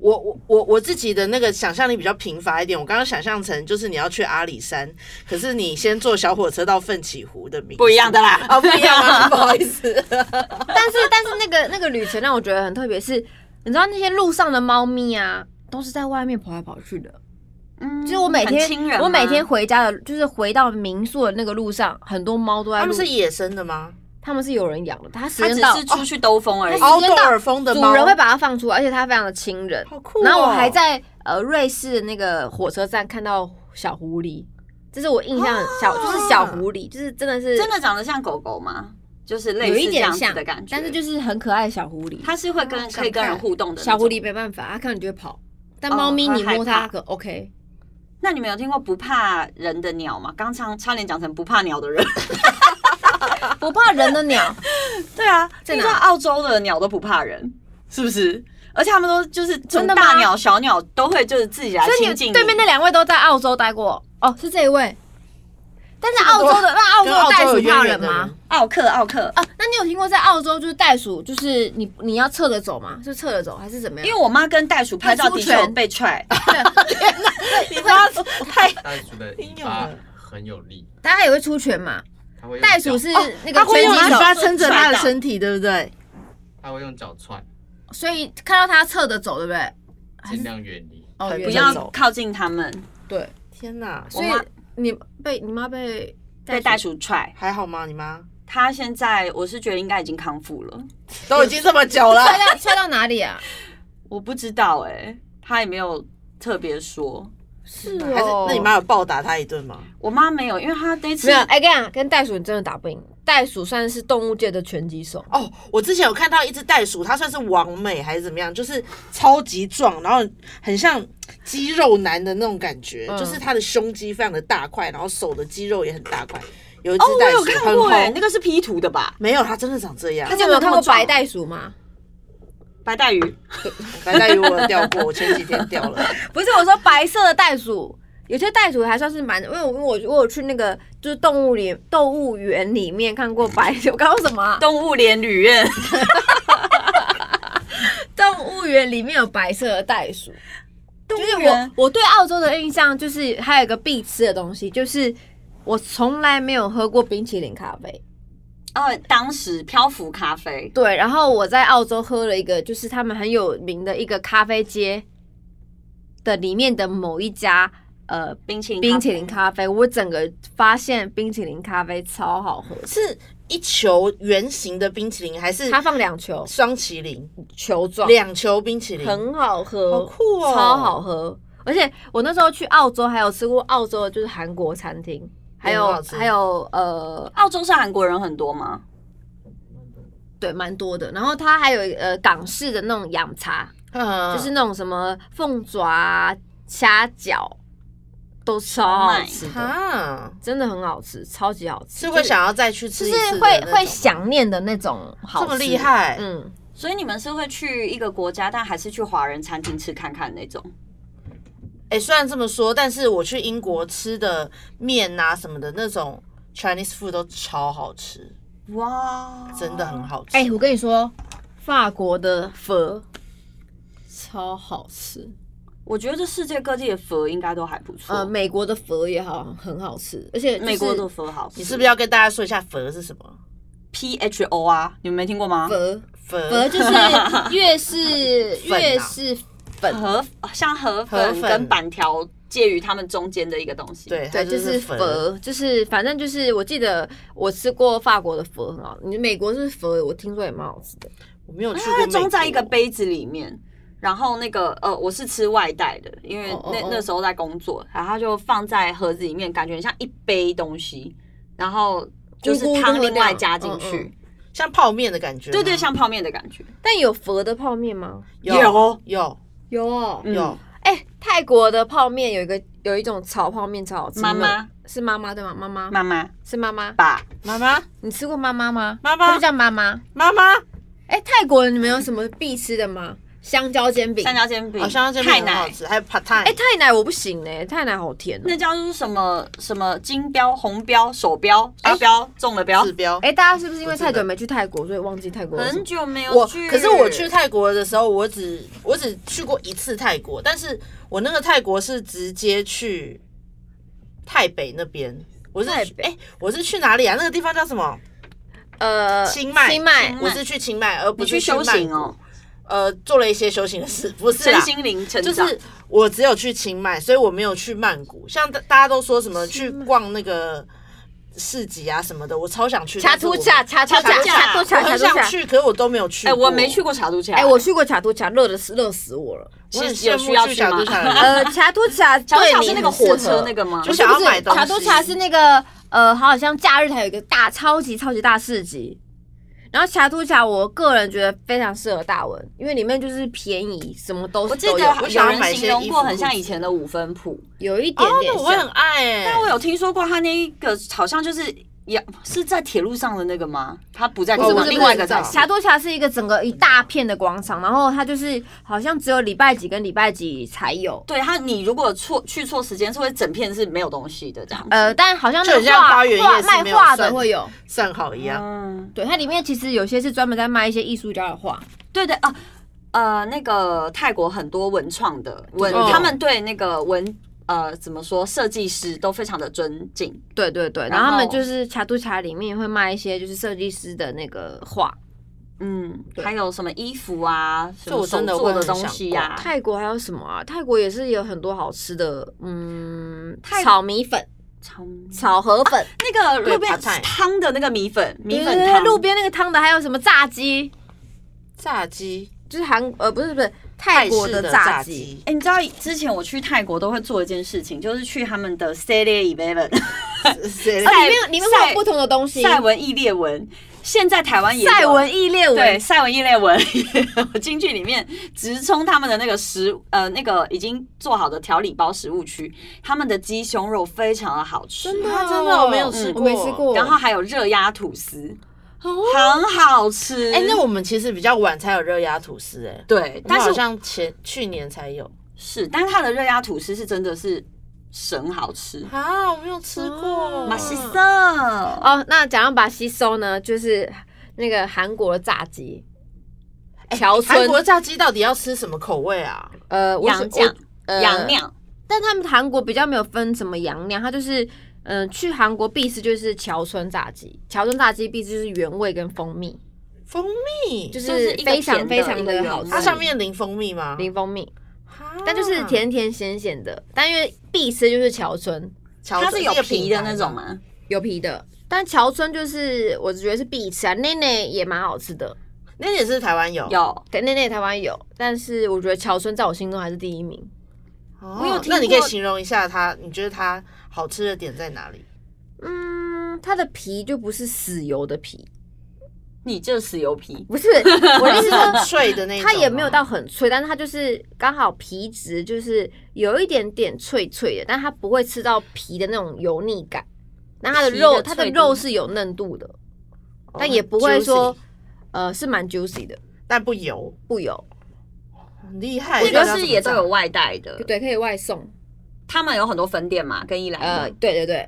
S2: 我我我我自己的那个想象力比较贫乏一点，我刚刚想象成就是你要去阿里山，可是你先坐小火车到奋起湖的名，
S3: 不一样的啦。
S2: 啊、不一 样吗？不好意思，
S1: 但是但是那个那个旅程让我觉得很特别，是你知道那些路上的猫咪啊，都是在外面跑来跑去的。
S3: 嗯，
S1: 就是我每
S3: 很亲人啊
S1: 天
S3: 吗
S1: 我每天回家的，就是回到民宿的那个路上，很多猫都在
S2: 他
S1: 路。
S2: 们是野生的吗？
S1: 他们是有人养的，它时
S3: 他只
S1: 间到
S3: 是出去兜风而已。
S2: 奥
S1: 哦
S2: 多尔风的
S1: 主
S2: 猫，
S1: 人会把它放出来，而且它非常的亲人。
S2: 好酷、哦。
S1: 然后我还在呃瑞士的那个火车站看到小狐狸，这是我印象很小，就是小狐狸，就是真的是
S3: 啊真的长得像狗狗吗？就是类
S1: 有
S3: 似
S1: 一
S3: 这
S1: 点
S3: 样子
S1: 像
S3: 的感觉，
S1: 但是就是很可爱的小狐狸。
S3: 它是会跟可以跟人互动的那
S1: 小狐
S3: 种
S1: 狸。没办法，它看到你就会跑，但
S3: 哦
S1: 猫咪
S3: 它
S1: 你
S3: 害
S1: 摸
S3: 怕
S1: 它可 OK。
S3: 那你们有听过不怕人的鸟吗？刚刚差点讲成不怕鸟的 人。
S1: 不怕人的鸟，
S3: 对啊，
S1: 在
S3: 听
S1: 哪
S3: 说澳洲的鸟都不怕人，
S2: 是不是？
S3: 而且他们都就是从
S1: 真的吗
S3: 大鸟、小鸟都会就是自己来
S1: 所以
S3: 亲
S1: 你
S3: 近
S1: 对面那两位都在澳洲待过哦，是这一位。但是澳洲的那澳洲
S2: 跟
S1: 的
S2: 澳
S1: 袋
S2: 洲有
S1: 鼠怕
S2: 渊源
S1: 人
S2: 的
S1: 吗
S2: 人？，
S3: 奥克奥克。
S1: 啊，那你有听过在澳洲就是袋鼠，就是你你要侧着走吗？是侧着走还是怎么样？
S3: 因为我妈跟袋鼠拍照
S1: 它出啊
S3: 的确有
S1: 拳
S3: 被踹，
S2: 你妈太
S6: 袋鼠的尾
S2: 有
S6: 巴
S2: 了
S6: 很有力，
S1: 它也会出拳嘛？
S6: 它会用
S1: 袋鼠
S6: 脚
S1: 是那个
S2: 他会
S1: 拳
S2: 用尾
S1: 击手，
S2: 巴撑着他的身体，对不对？
S6: 它会用脚踹，
S1: 所以看到它侧着走，对不对？还
S6: 尽
S1: 是
S6: 量远离。
S1: 哦，
S2: 很
S1: 原
S3: 不
S1: 来
S2: 正
S3: 要
S2: 走
S3: 靠近他们，
S1: 对，
S2: 天哪，
S1: 所以
S3: 我妈
S1: 你被你妈被
S3: 被袋鼠踹。
S2: 还好吗？你妈
S3: 她现在我是觉得应该已经康复了，
S2: 都已经这么久了，
S1: 踹到踹到哪里啊？
S3: 我不知道哎、她也没有特别说。
S1: 是
S2: 还是哦那你妈有暴打他一顿吗？
S3: 我妈没有，因为她那次
S1: 没
S3: 哦
S1: 有？哎，跟你讲，跟袋鼠你真的打不赢，袋鼠算是动物界的拳击手。
S2: 哦，我之前有看到一只袋鼠，它算是王美还是怎么样，就是超级壮，然后很像肌肉男的那种感觉，
S1: 嗯
S2: 就是它的胸肌非常的大块，然后手的肌肉也很大块。有一只
S3: 哦，我
S2: 袋
S3: 有
S2: 鼠
S3: 看
S2: 很
S3: 过
S2: 红，
S3: 哎、那个是 P 图的吧？
S2: 没有，它真的长这样
S1: 那。你啊有没有看过白袋鼠吗？
S3: 白带鱼，
S2: 白带鱼我有钓过，我前几天钓了。
S1: 不是，我说白色的袋鼠，有些袋鼠还算是蛮，因为我我我有去那个就是动物里动物园里面看过白， 我刚刚说什么啊、
S3: 动物连旅院，
S1: 动物园里面有白色的袋鼠。
S3: 动
S1: 就是我我对澳洲的印象就是还有一个必吃的东西，就是我从来没有喝过冰淇淋咖啡。
S3: 哦，当时漂浮咖啡，
S1: 对，然后我在澳洲喝了一个，就是他们很有名的一个咖啡街的里面的某一家呃
S3: 冰淇淋，
S1: 冰淇淋，咖啡，我整个发现冰淇淋咖啡超好喝，
S2: 是一球圆形的冰淇淋，还是
S1: 它放两球
S2: 双麒麟？
S1: 球状，
S2: 两球冰淇淋，
S1: 很好喝，
S2: 好酷哦
S1: 超好喝。而且我那时候去澳洲，还有吃过澳洲的就是韩国餐厅，还
S2: 也很
S1: 有
S2: 好吃
S1: 还有呃，
S3: 澳洲是韩国人很多吗？
S1: 对，蛮多的。然后它还有呃港式的那种养茶，
S2: 嗯
S1: 就是那种什么凤爪、啊、虾饺，都超
S2: 哦
S1: 好吃的，
S2: 啊，
S1: 真的很好吃，超级好吃，
S2: 是会想要再去吃
S1: 就
S2: 一
S1: 是
S2: 次的
S1: 就是
S2: 那
S1: 会
S2: 种
S1: 会想念的那种好吃，
S2: 这么厉害
S1: 嗯。
S3: 所以你们是会去一个国家，但还是去华人餐厅吃看看那种？
S2: 哎、虽然这么说，但是我去英国吃的面啊什么的那种 Chinese food 都超好吃，
S3: 哇，
S2: 真的很
S3: 哦
S2: 好吃。
S1: 哎、我跟你说，法国的粉超好吃，
S3: 我觉得世界各地的佛应该都还不
S2: 嗯
S3: 错。
S1: 呃，美国的粉也好很好吃，而且、
S3: 美国的佛好吃，
S2: 你是不是要跟大家说一下佛是什么？
S3: P H O 啊？你们没听过吗？
S1: 粉
S2: 佛
S1: 粉 就是越是
S2: 粉啊
S1: 越是粉，
S3: 河像河
S2: 河
S3: 粉
S2: 粉
S3: 跟板条介于他们中间的一个东西。，
S2: 对，它
S1: 对，
S2: 就
S1: 就是
S2: 佛
S1: 粉，就是反正就是我记得我吃过法国的粉很好，你美国是粉，我听说也蛮好吃的。
S2: 我没有去
S3: 它
S2: 过。
S3: 会装在一个，杯子里面。然后那个呃，我是吃外带的，因为那
S1: 哦哦哦
S3: 那时候在工作，然后它就放在盒子里面，感觉很像一杯东西，然后就是
S1: 咕咕就
S3: 汤
S1: 喝
S3: 另外
S1: 掉
S3: 加进
S1: 嗯
S3: 去，
S2: 像泡面的感觉吗。
S3: 对对，像泡面的感觉。
S1: 但有粉的泡面吗？
S2: 有
S3: 有
S2: 有
S1: 有哦，
S3: 嗯
S2: 有
S1: 哎、泰国的泡面有一个有一种炒泡面超好吃，
S3: 妈妈
S1: 是妈妈对吗？妈妈
S3: 妈妈
S1: 是妈妈，
S3: 吧，
S2: 妈妈
S1: 你吃过妈妈吗？
S2: 妈妈
S1: 它就叫妈妈。
S2: 妈妈
S1: 哎、泰国你们有什么必吃的吗？香蕉煎饼。
S3: 香蕉煎饼，
S2: 好像这
S3: 嗯太
S2: 边很好
S3: 奶，
S2: 吃，还有 p a t a
S1: 哎、
S2: i
S1: 太奶我不行哎、太奶好甜哦、
S3: 那叫做什么什么金标、红标、手标、招标、中了标
S2: 指，标。
S1: 哎、大家是不是因为太久没去泰国，所以忘记泰国有什么？
S3: 很久没有
S2: 我
S3: 去。
S2: 可是我去泰国的时候，我只我只去过一次泰国，但是我那个泰国是直接去泰北那边。我是
S1: 泰
S2: 哎
S1: 北、
S2: 我是去哪里啊？那个地方叫什么？
S1: 呃，
S2: 清迈。
S1: 清迈
S3: 清迈
S2: 我是去清迈，而不
S3: 你
S2: 是
S3: 去修
S2: 曼
S3: 行
S2: 谷
S3: 哦，
S2: 呃，做了一些修行的事，不是
S3: 身
S2: 啦，
S3: 心灵成
S2: 就
S3: 长。
S2: 是我只有去清迈，所以我没有去曼谷。像大大家都说什么去逛那个市集啊什么的，我超想去。
S1: 恰图恰恰图恰
S3: 恰图恰
S1: 恰图恰
S2: 我
S1: 恰
S2: 很
S1: 图恰
S2: 想。去，可是我都没有去。
S3: 哎、我没去，过茶都家。
S1: 哎、我去过恰图恰，热的是热死我了。
S2: 我很
S3: 其实有
S2: 羡
S3: 需
S2: 慕
S3: 要
S2: 去
S3: 去
S2: 小
S3: 吗
S2: 杜小的。
S1: 呃，恰图 恰
S3: 茶都
S1: 对
S3: 家
S1: 你
S3: 是那个火车那个吗？
S2: 就
S1: 不是
S2: 是想要
S1: 不是
S2: 买东西
S1: 恰图恰是那个呃，好像假日才有一个大超级超级大市集。然后恰图恰，我个人觉得非常适合大文，因为里面就是便宜，什么都
S3: 我记
S1: 都有
S3: 得
S2: 我想
S3: 有
S2: 要买
S3: 人
S2: 一
S3: 形
S2: 些
S3: 容
S2: 衣
S3: 过
S2: 服
S3: 很像
S2: 裤
S3: 以前的五分铺，
S1: 有一点
S2: 哦，那
S1: 点
S2: 我会
S1: 像
S2: 很。爱哎、
S3: 但我有听说过他那一个好像就是也是在铁路上的那个吗？他不在铁
S2: 哦
S1: 不是不是，
S3: 路上，另外一个才
S1: 在
S3: 是。
S1: 霞多峡是一个整个一大片的广场，然后它就是好像只有礼拜几跟礼拜几才有，
S3: 对他，你如果错去错时间，是会整片是没有东西的这样。
S1: 呃，但好像
S2: 就
S1: 那
S2: 很
S1: 个
S2: 像
S1: 画
S2: 花园夜
S1: 画
S2: 市没
S1: 卖
S2: 有
S1: 画的
S2: 算
S1: 会有，
S2: 算好一样。
S3: 嗯，
S1: 对，它里面其实有些是专门在卖一些艺术家的画，
S3: 对对啊，呃，那个泰国很多文创的文，
S2: 嗯
S3: 他们对那个文呃怎么说设计师都非常的尊敬。
S1: 对对对，
S3: 然
S1: 然后他们
S3: 后
S1: 就是霞多峡里面也会卖一些就是设计师的那个画，
S3: 嗯，
S1: 对
S3: 还有什么衣服啊，
S2: 这
S3: 什么
S2: 我
S3: 手
S2: 真的
S3: 做
S2: 会
S3: 的
S2: 很
S3: 东
S2: 想
S3: 西
S2: 逛
S3: 呀、啊。
S1: 泰国还有什么啊？泰国也是有很多好吃的，嗯，
S3: 泰
S1: 炒米粉、
S3: 超
S1: 炒河粉、
S3: 那个嗯
S2: 对
S3: 路边
S2: Pad Thai
S3: 汤的那个米粉，米
S1: 对
S3: 粉
S1: 对对
S3: 汤，
S1: 路边那个汤的，还有什么炸鸡，
S2: 炸鸡，
S1: 就是韩呃不是不是泰国
S2: 式
S1: 的
S2: 的
S1: 炸鸡。
S2: 鸡
S3: 哎、，你知道之前我去泰国都会做一件事情，就是去他们的 City Eleven
S2: 谁
S1: 啊，
S3: 塞
S1: 里面里面会有不同的东西。
S3: 赛文异列文，现在台湾也有
S1: 赛文异列
S3: 对
S1: 文，
S3: 赛文异列文 进去里面直冲他们的那个食呃那个已经做好的调理包食物区，他们的鸡胸肉非常的哦好吃，
S2: 啊真的我没有吃
S1: 哦嗯我
S2: 过，
S1: 没吃。过。
S3: 然后还有热压吐司，很好吃。
S2: 哎、那我们其实比较晚才有热压吐司、哎，
S3: 对，
S2: 我们
S3: 但
S2: 好
S3: 是
S2: 像前去年才有
S3: 是，但是它的热压吐司是真的是神好吃，
S2: 啊，我没有吃过。
S3: 马西色。
S1: 哦，那讲到把吸收呢，就是那个韩国的炸鸡，
S3: 哎
S1: 乔
S2: 韩
S1: 村
S2: 国炸鸡到底要吃什么口味啊？
S1: 呃我
S3: 洋酱
S1: 我、呃
S3: 洋，酿，
S1: 但他们韩国比较没有分什么洋酿，它就是。嗯，去韩国必吃就是乔村炸鸡，乔村炸鸡必吃就是原味跟蜂蜜，
S2: 蜂蜜，
S1: 就
S3: 就是
S1: 是
S3: 一个
S1: 非常
S3: 甜的
S1: 非常
S3: 一
S1: 的
S3: 个
S1: 好
S3: 原味
S1: 吃。
S2: 它上面淋蜂蜜吗？
S1: 淋蜂蜜，
S2: 啊，
S1: 但就是甜甜咸咸的，但因为必吃就是乔村，
S2: 乔
S3: 它
S2: 村，
S3: 是
S2: 一
S3: 有
S2: 个
S3: 皮
S2: 品
S3: 的
S2: 牌
S3: 那种啊
S2: 吗？
S3: 吗？
S1: 有皮的。但乔村就是我只觉得是必吃啊，内内也蛮好吃的，
S2: 那也是台湾有，
S3: 有，
S1: 对，内内台湾有，但是我觉得乔村在我心中还是第一名。
S2: 哦
S3: 我有听
S2: 那你可以
S3: 过
S2: 形容一下它，你觉得它好吃的点在哪里？
S1: 嗯，它的皮就不是死油的皮，
S3: 你这死油 皮，
S1: 不是我的意思是说，
S2: 脆的那种吗，
S1: 它也没有到很脆，但是它就是刚好皮质就是有一点点脆脆的，但它不会吃到皮的那种油腻感。那它的
S3: 皮的
S1: 肉，它的
S3: 脆度
S1: 肉是有嫩度哦的，但也不会说
S2: juicy，
S1: 呃是蛮 juicy 的，
S2: 但不油，
S1: 不油，
S2: 很厉害。
S3: 这
S2: 到
S3: 个
S2: 底要怎
S3: 是
S2: 么
S3: 也都
S2: 炸
S3: 有外带的，
S1: 对，可以外送。
S3: 他们有很多分店嘛，跟一兰嘛
S1: 呃，对对对，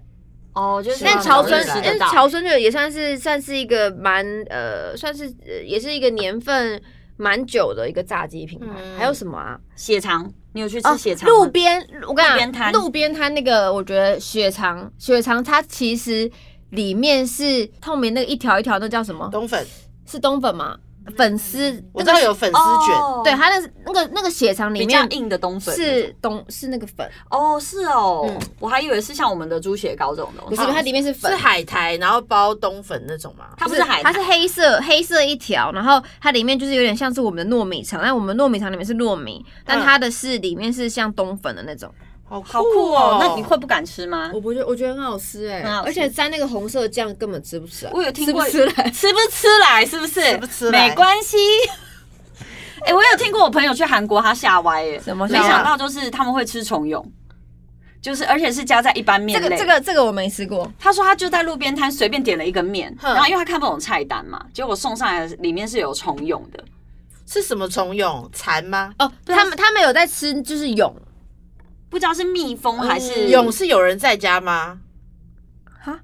S3: 哦，就是
S2: 但
S1: 但
S2: 啊
S1: 乔
S2: 早
S1: 村，
S2: 日
S3: 吃
S1: 但
S3: 得
S1: 是
S3: 到，
S1: 乔村就也算是算是一个蛮呃，算是呃也是一个年份蛮久的一个炸鸡品牌。
S2: 嗯
S1: 还有什么啊？哦
S3: 血肠，你有去吃血肠吗？
S1: 路边，我跟
S3: 路
S1: 你讲，
S3: 边摊
S1: 路边摊那个，我觉得血肠，血肠它其实里面是透明那个一条一条，那叫什么？
S2: 冬粉，
S1: 是冬粉吗？粉丝，
S3: 嗯
S2: 我知道有粉丝卷，
S3: 哦
S1: 对，它那是那个那个血肠里
S3: 比较
S1: 面
S3: 硬的冬粉
S1: 是冬是那个粉，
S3: 哦，是哦
S1: 嗯，
S3: 我还以为是像我们的猪血糕这种东
S1: 不
S3: 西
S1: 是，它里面是粉
S2: 是，海苔，然后包冬粉那种吗？
S3: 它不是海
S1: 它
S3: 苔，
S1: 是黑色黑色一条，然后它里面就是有点像是我们的糯米肠，但我们糯米肠里面是糯米，
S3: 嗯
S1: 但它的是里面是像冬粉的那种。
S2: 好酷
S3: 好酷哦，那你会不敢吃吗？
S1: 我不觉得，我觉得很好吃哎、
S3: 很好吃
S1: 而且沾那个红色酱根本吃不起来。
S3: 我有听过，
S1: 吃不起来
S3: 吃不吃来？是不是？吃
S2: 不吃来
S3: 没关系。 哎、我有听过我朋友去韩国，他吓歪耶，
S1: 什么
S3: 没
S1: 吓歪
S3: 想到就是他们会吃虫蛹，就是而且是加在一般面
S1: 这
S3: 类。
S1: 个这个这个我没吃过，
S3: 他说他就在路边摊随便点了一个面，
S2: 哼
S3: 然后因为他看不懂菜单嘛，结果送上来里面是有虫蛹的。
S2: 是什么虫蛹？蚕吗？
S1: 哦，
S3: 啊
S1: 他们他们有在吃，就是蛹，
S3: 不知道是蜜蜂还是
S1: 哦
S2: 蛹是有人在家吗？
S1: 哈，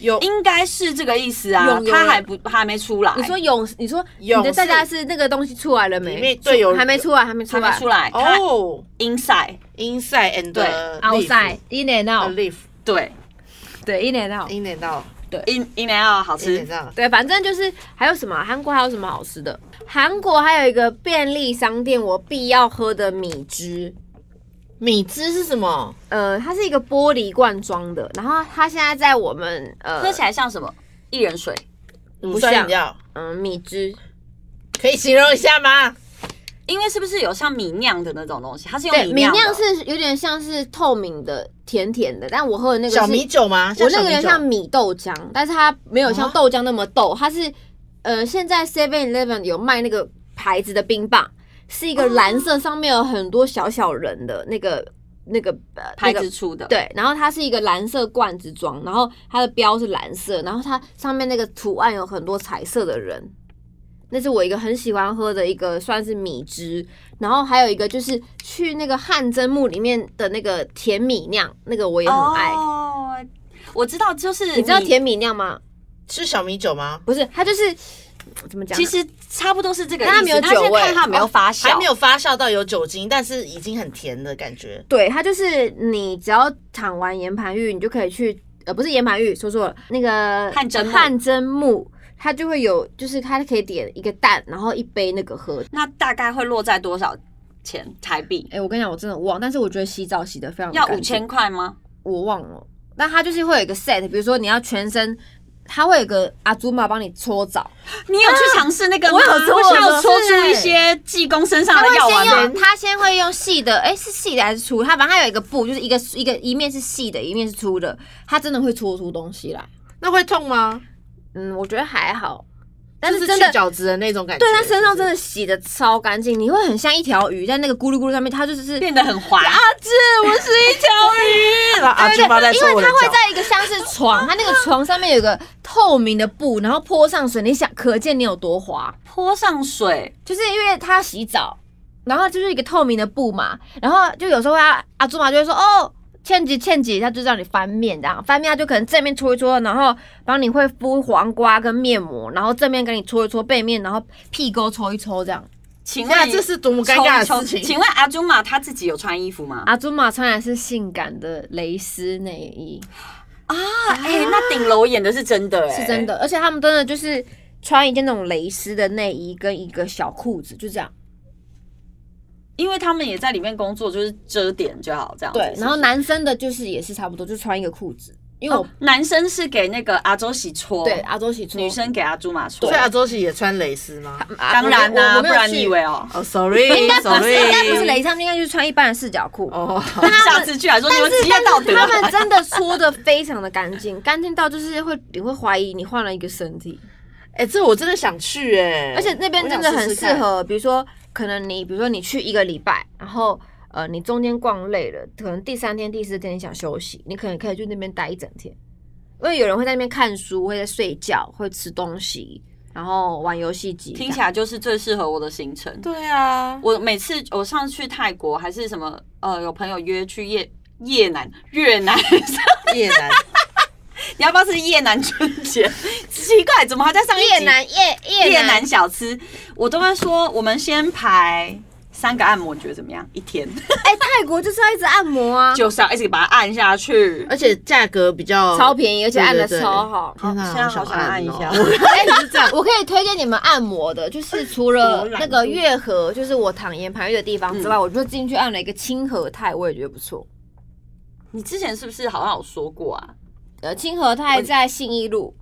S2: 有
S3: 应该是这个意思啊
S1: 蛹。有
S3: 它还不还没出来，
S1: 你说蛹，你说你
S2: 蛹
S1: 的在家
S2: 是
S1: 是那个东西出来了
S2: 里
S1: 没
S2: 面？对有
S1: 还没出来，还没出
S3: 还没
S1: 来，
S3: 出来，它
S2: 哦
S3: inside
S2: ，inside and
S3: 对
S1: outside in and
S2: a
S1: out，
S2: leaf
S3: 对
S1: 对 in and out，
S2: in and out
S3: in in and out 好
S2: in
S3: 吃
S2: and out。
S1: 对，反正就是还有什么啊韩国还有什么好吃的？韩国还有一个便利商店，我必要喝的米汁。
S2: 米汁是什么？
S1: 呃，它是一个玻璃罐装的，然后它现在在我们呃，
S3: 喝起来像什么？薏仁水，
S2: 乳酸饮料，
S1: 嗯、米汁，
S2: 可以形容一下吗？
S3: 因为是不是有像米酿的那种东西？它是用
S1: 对，米
S3: 酿
S1: 酿
S3: 的
S1: 是有点像是透明的，甜甜的，但我喝的那个
S2: 小
S1: 是
S2: 米酒吗？
S1: 我
S2: 啊小
S1: 那个
S2: 米
S1: 有点
S2: 酒
S1: 像米豆浆，但是它没有像
S2: 啊
S1: 豆浆那么豆，它是呃，现在 Seven Eleven 有卖那个牌子的冰棒，是一个蓝色，上面有很多小小人的那个那个呃
S3: 牌。
S1: 那
S3: 子
S1: 个
S3: 出的，
S1: 对，然后它是一个蓝色罐子装，然后它的标是蓝色，然后它上面那个图案有很多彩色的人，那是我一个很喜欢喝的一个算是米汁，然后还有一个就是去那个汗蒸木里面的那个甜米酿，那个我也很爱。
S3: 哦，我知道，就是
S1: 你知道甜米酿吗？
S2: 是小米酒吗？
S1: 不是，它就是怎么讲啊？
S3: 其实差不多是这个意
S1: 但
S3: 思，
S1: 它没有
S3: 但是
S1: 酒味哦
S3: 看它有没有发酵，
S2: 还没有发酵到有酒精，但是已经很甜的感觉。
S1: 对，它就是你只要躺完岩盘浴，你就可以去呃，不是岩盘浴，说错了，那个
S3: 汗蒸木
S1: 汗蒸木，它就会有，就是它可以点一个蛋，然后一杯那个喝。
S3: 那大概会落在多少钱台币？
S1: 哎、我跟你讲，我真的忘，但是我觉得洗澡洗的非常
S3: 要五千，块吗？
S1: 我忘了。但它就是会有一个 set，比如说你要全身，它会有个阿祖玛帮你搓澡，
S3: 你有去尝试那个
S1: 啊
S3: 吗？
S1: 我有做
S3: 我有
S1: 我
S3: 搓
S1: 是
S3: 出一些济公身上
S1: 他
S3: 的
S1: 会
S3: 药
S1: 先
S3: 丸
S1: 用
S3: 吗？
S1: 他先会用细的，哎、是细的还是粗的？他反正他有一个布，就是一个一个一面是细的，一面是粗的，他真的会搓出东西来。
S2: 那会痛吗？
S1: 嗯，我觉得还好，但
S2: 就是
S1: 真
S2: 去
S1: 的。
S2: 角质的那种感觉。
S1: 对他身上真
S2: 的
S1: 的洗的超干净，你会很像一条鱼在那个咕噜咕噜上面，它就是
S3: 变得很滑，
S2: 阿
S1: 对
S2: 舅
S1: 对
S2: 妈在
S1: 对，因
S2: 搓我
S1: 为
S2: 的
S1: 它会
S2: 脚。
S1: 在一个像是床，它那个床上面有个透明的布，然后泼上水，你想可见你有多滑，
S3: 泼上水，
S1: 就是因为他洗澡，然后就是一个透明的布嘛，然后就有时候他阿祖玛就会说哦。欠几欠几，他就让你翻面，这样翻面他就可能正面搓一搓，然后帮你会敷黄瓜跟面膜，然后正面跟你搓一搓，背面然后屁沟搓一搓，这样。
S3: 请
S2: 那
S3: 问
S2: 这是多么尴尬
S3: 抽
S2: 的事情！
S3: 请问阿朱玛她自己有穿衣服吗？
S1: 阿祖玛穿的是性感的蕾丝内衣，
S3: 啊，哎，那顶楼演的是真的，哎，
S1: 是真。的，而且他们真的就是穿一件那种蕾丝的内衣跟一个小裤子，就这样。
S3: 因为他们也在里面工作，就是遮点就好这样子。
S1: 对，然后男生的就是也是差不多，就穿一个裤子，因为我、
S3: 男生是给那个阿周洗搓，
S1: 对阿周洗搓
S3: 哦女生给阿朱玛搓
S2: 所以。阿周喜也穿蕾丝吗？
S1: 啊
S3: 当然啦、
S1: 我我没有
S3: 不然
S1: 去
S3: 你以 为 哦、
S2: 哦，sorry，
S1: 应该不是，应该不是
S2: sorry，
S1: 雷上，应该就是穿一般的四角裤。
S2: 哦，
S3: 下次去还说你们职业道
S1: 但是
S3: 德。
S1: 他们真的搓的非常的干净，干净到就是会你会怀疑你换了一个身体，
S2: 哎，这我真的想去哎，
S1: 而且那边真的很适
S2: 我想试试看。
S1: 合，比如说可能你比如说你去一个礼拜，然后呃你中间逛累了，可能第三天第四天你想休息，你可能可以去那边待一整天，因为有人会在那边看书，会在睡觉，会吃东西，然后玩游戏机，
S3: 听起来就是最适合我的行程。
S2: 对啊，
S3: 我每次我上次去泰国还是什么，呃，有朋友约去越越南，越南，
S2: 越 南，
S3: 你要不要吃越南春节？ 奇怪，怎么还在上一集
S1: 越南越
S3: 越南小吃？我都会说，我们先排三个按摩，你觉得怎么样？一天
S1: 哎、泰国就是要一直按摩啊，
S3: 就是要一直把它按下去。
S2: 而且价格比较
S1: 超便宜，而且按的
S2: 对对对
S1: 超好。
S2: 天哪，
S3: 现在好
S2: 想
S3: 想按一下
S2: 哦
S1: 哎我可以推荐你们按摩的，就是除 了那个月河，就是我躺岩盘浴的地方
S3: 嗯
S1: 之外，我就进去按了一个清河泰，我也觉得不错。
S3: 你之前是不是好像有说过啊？
S1: 呃，清河泰在信义路，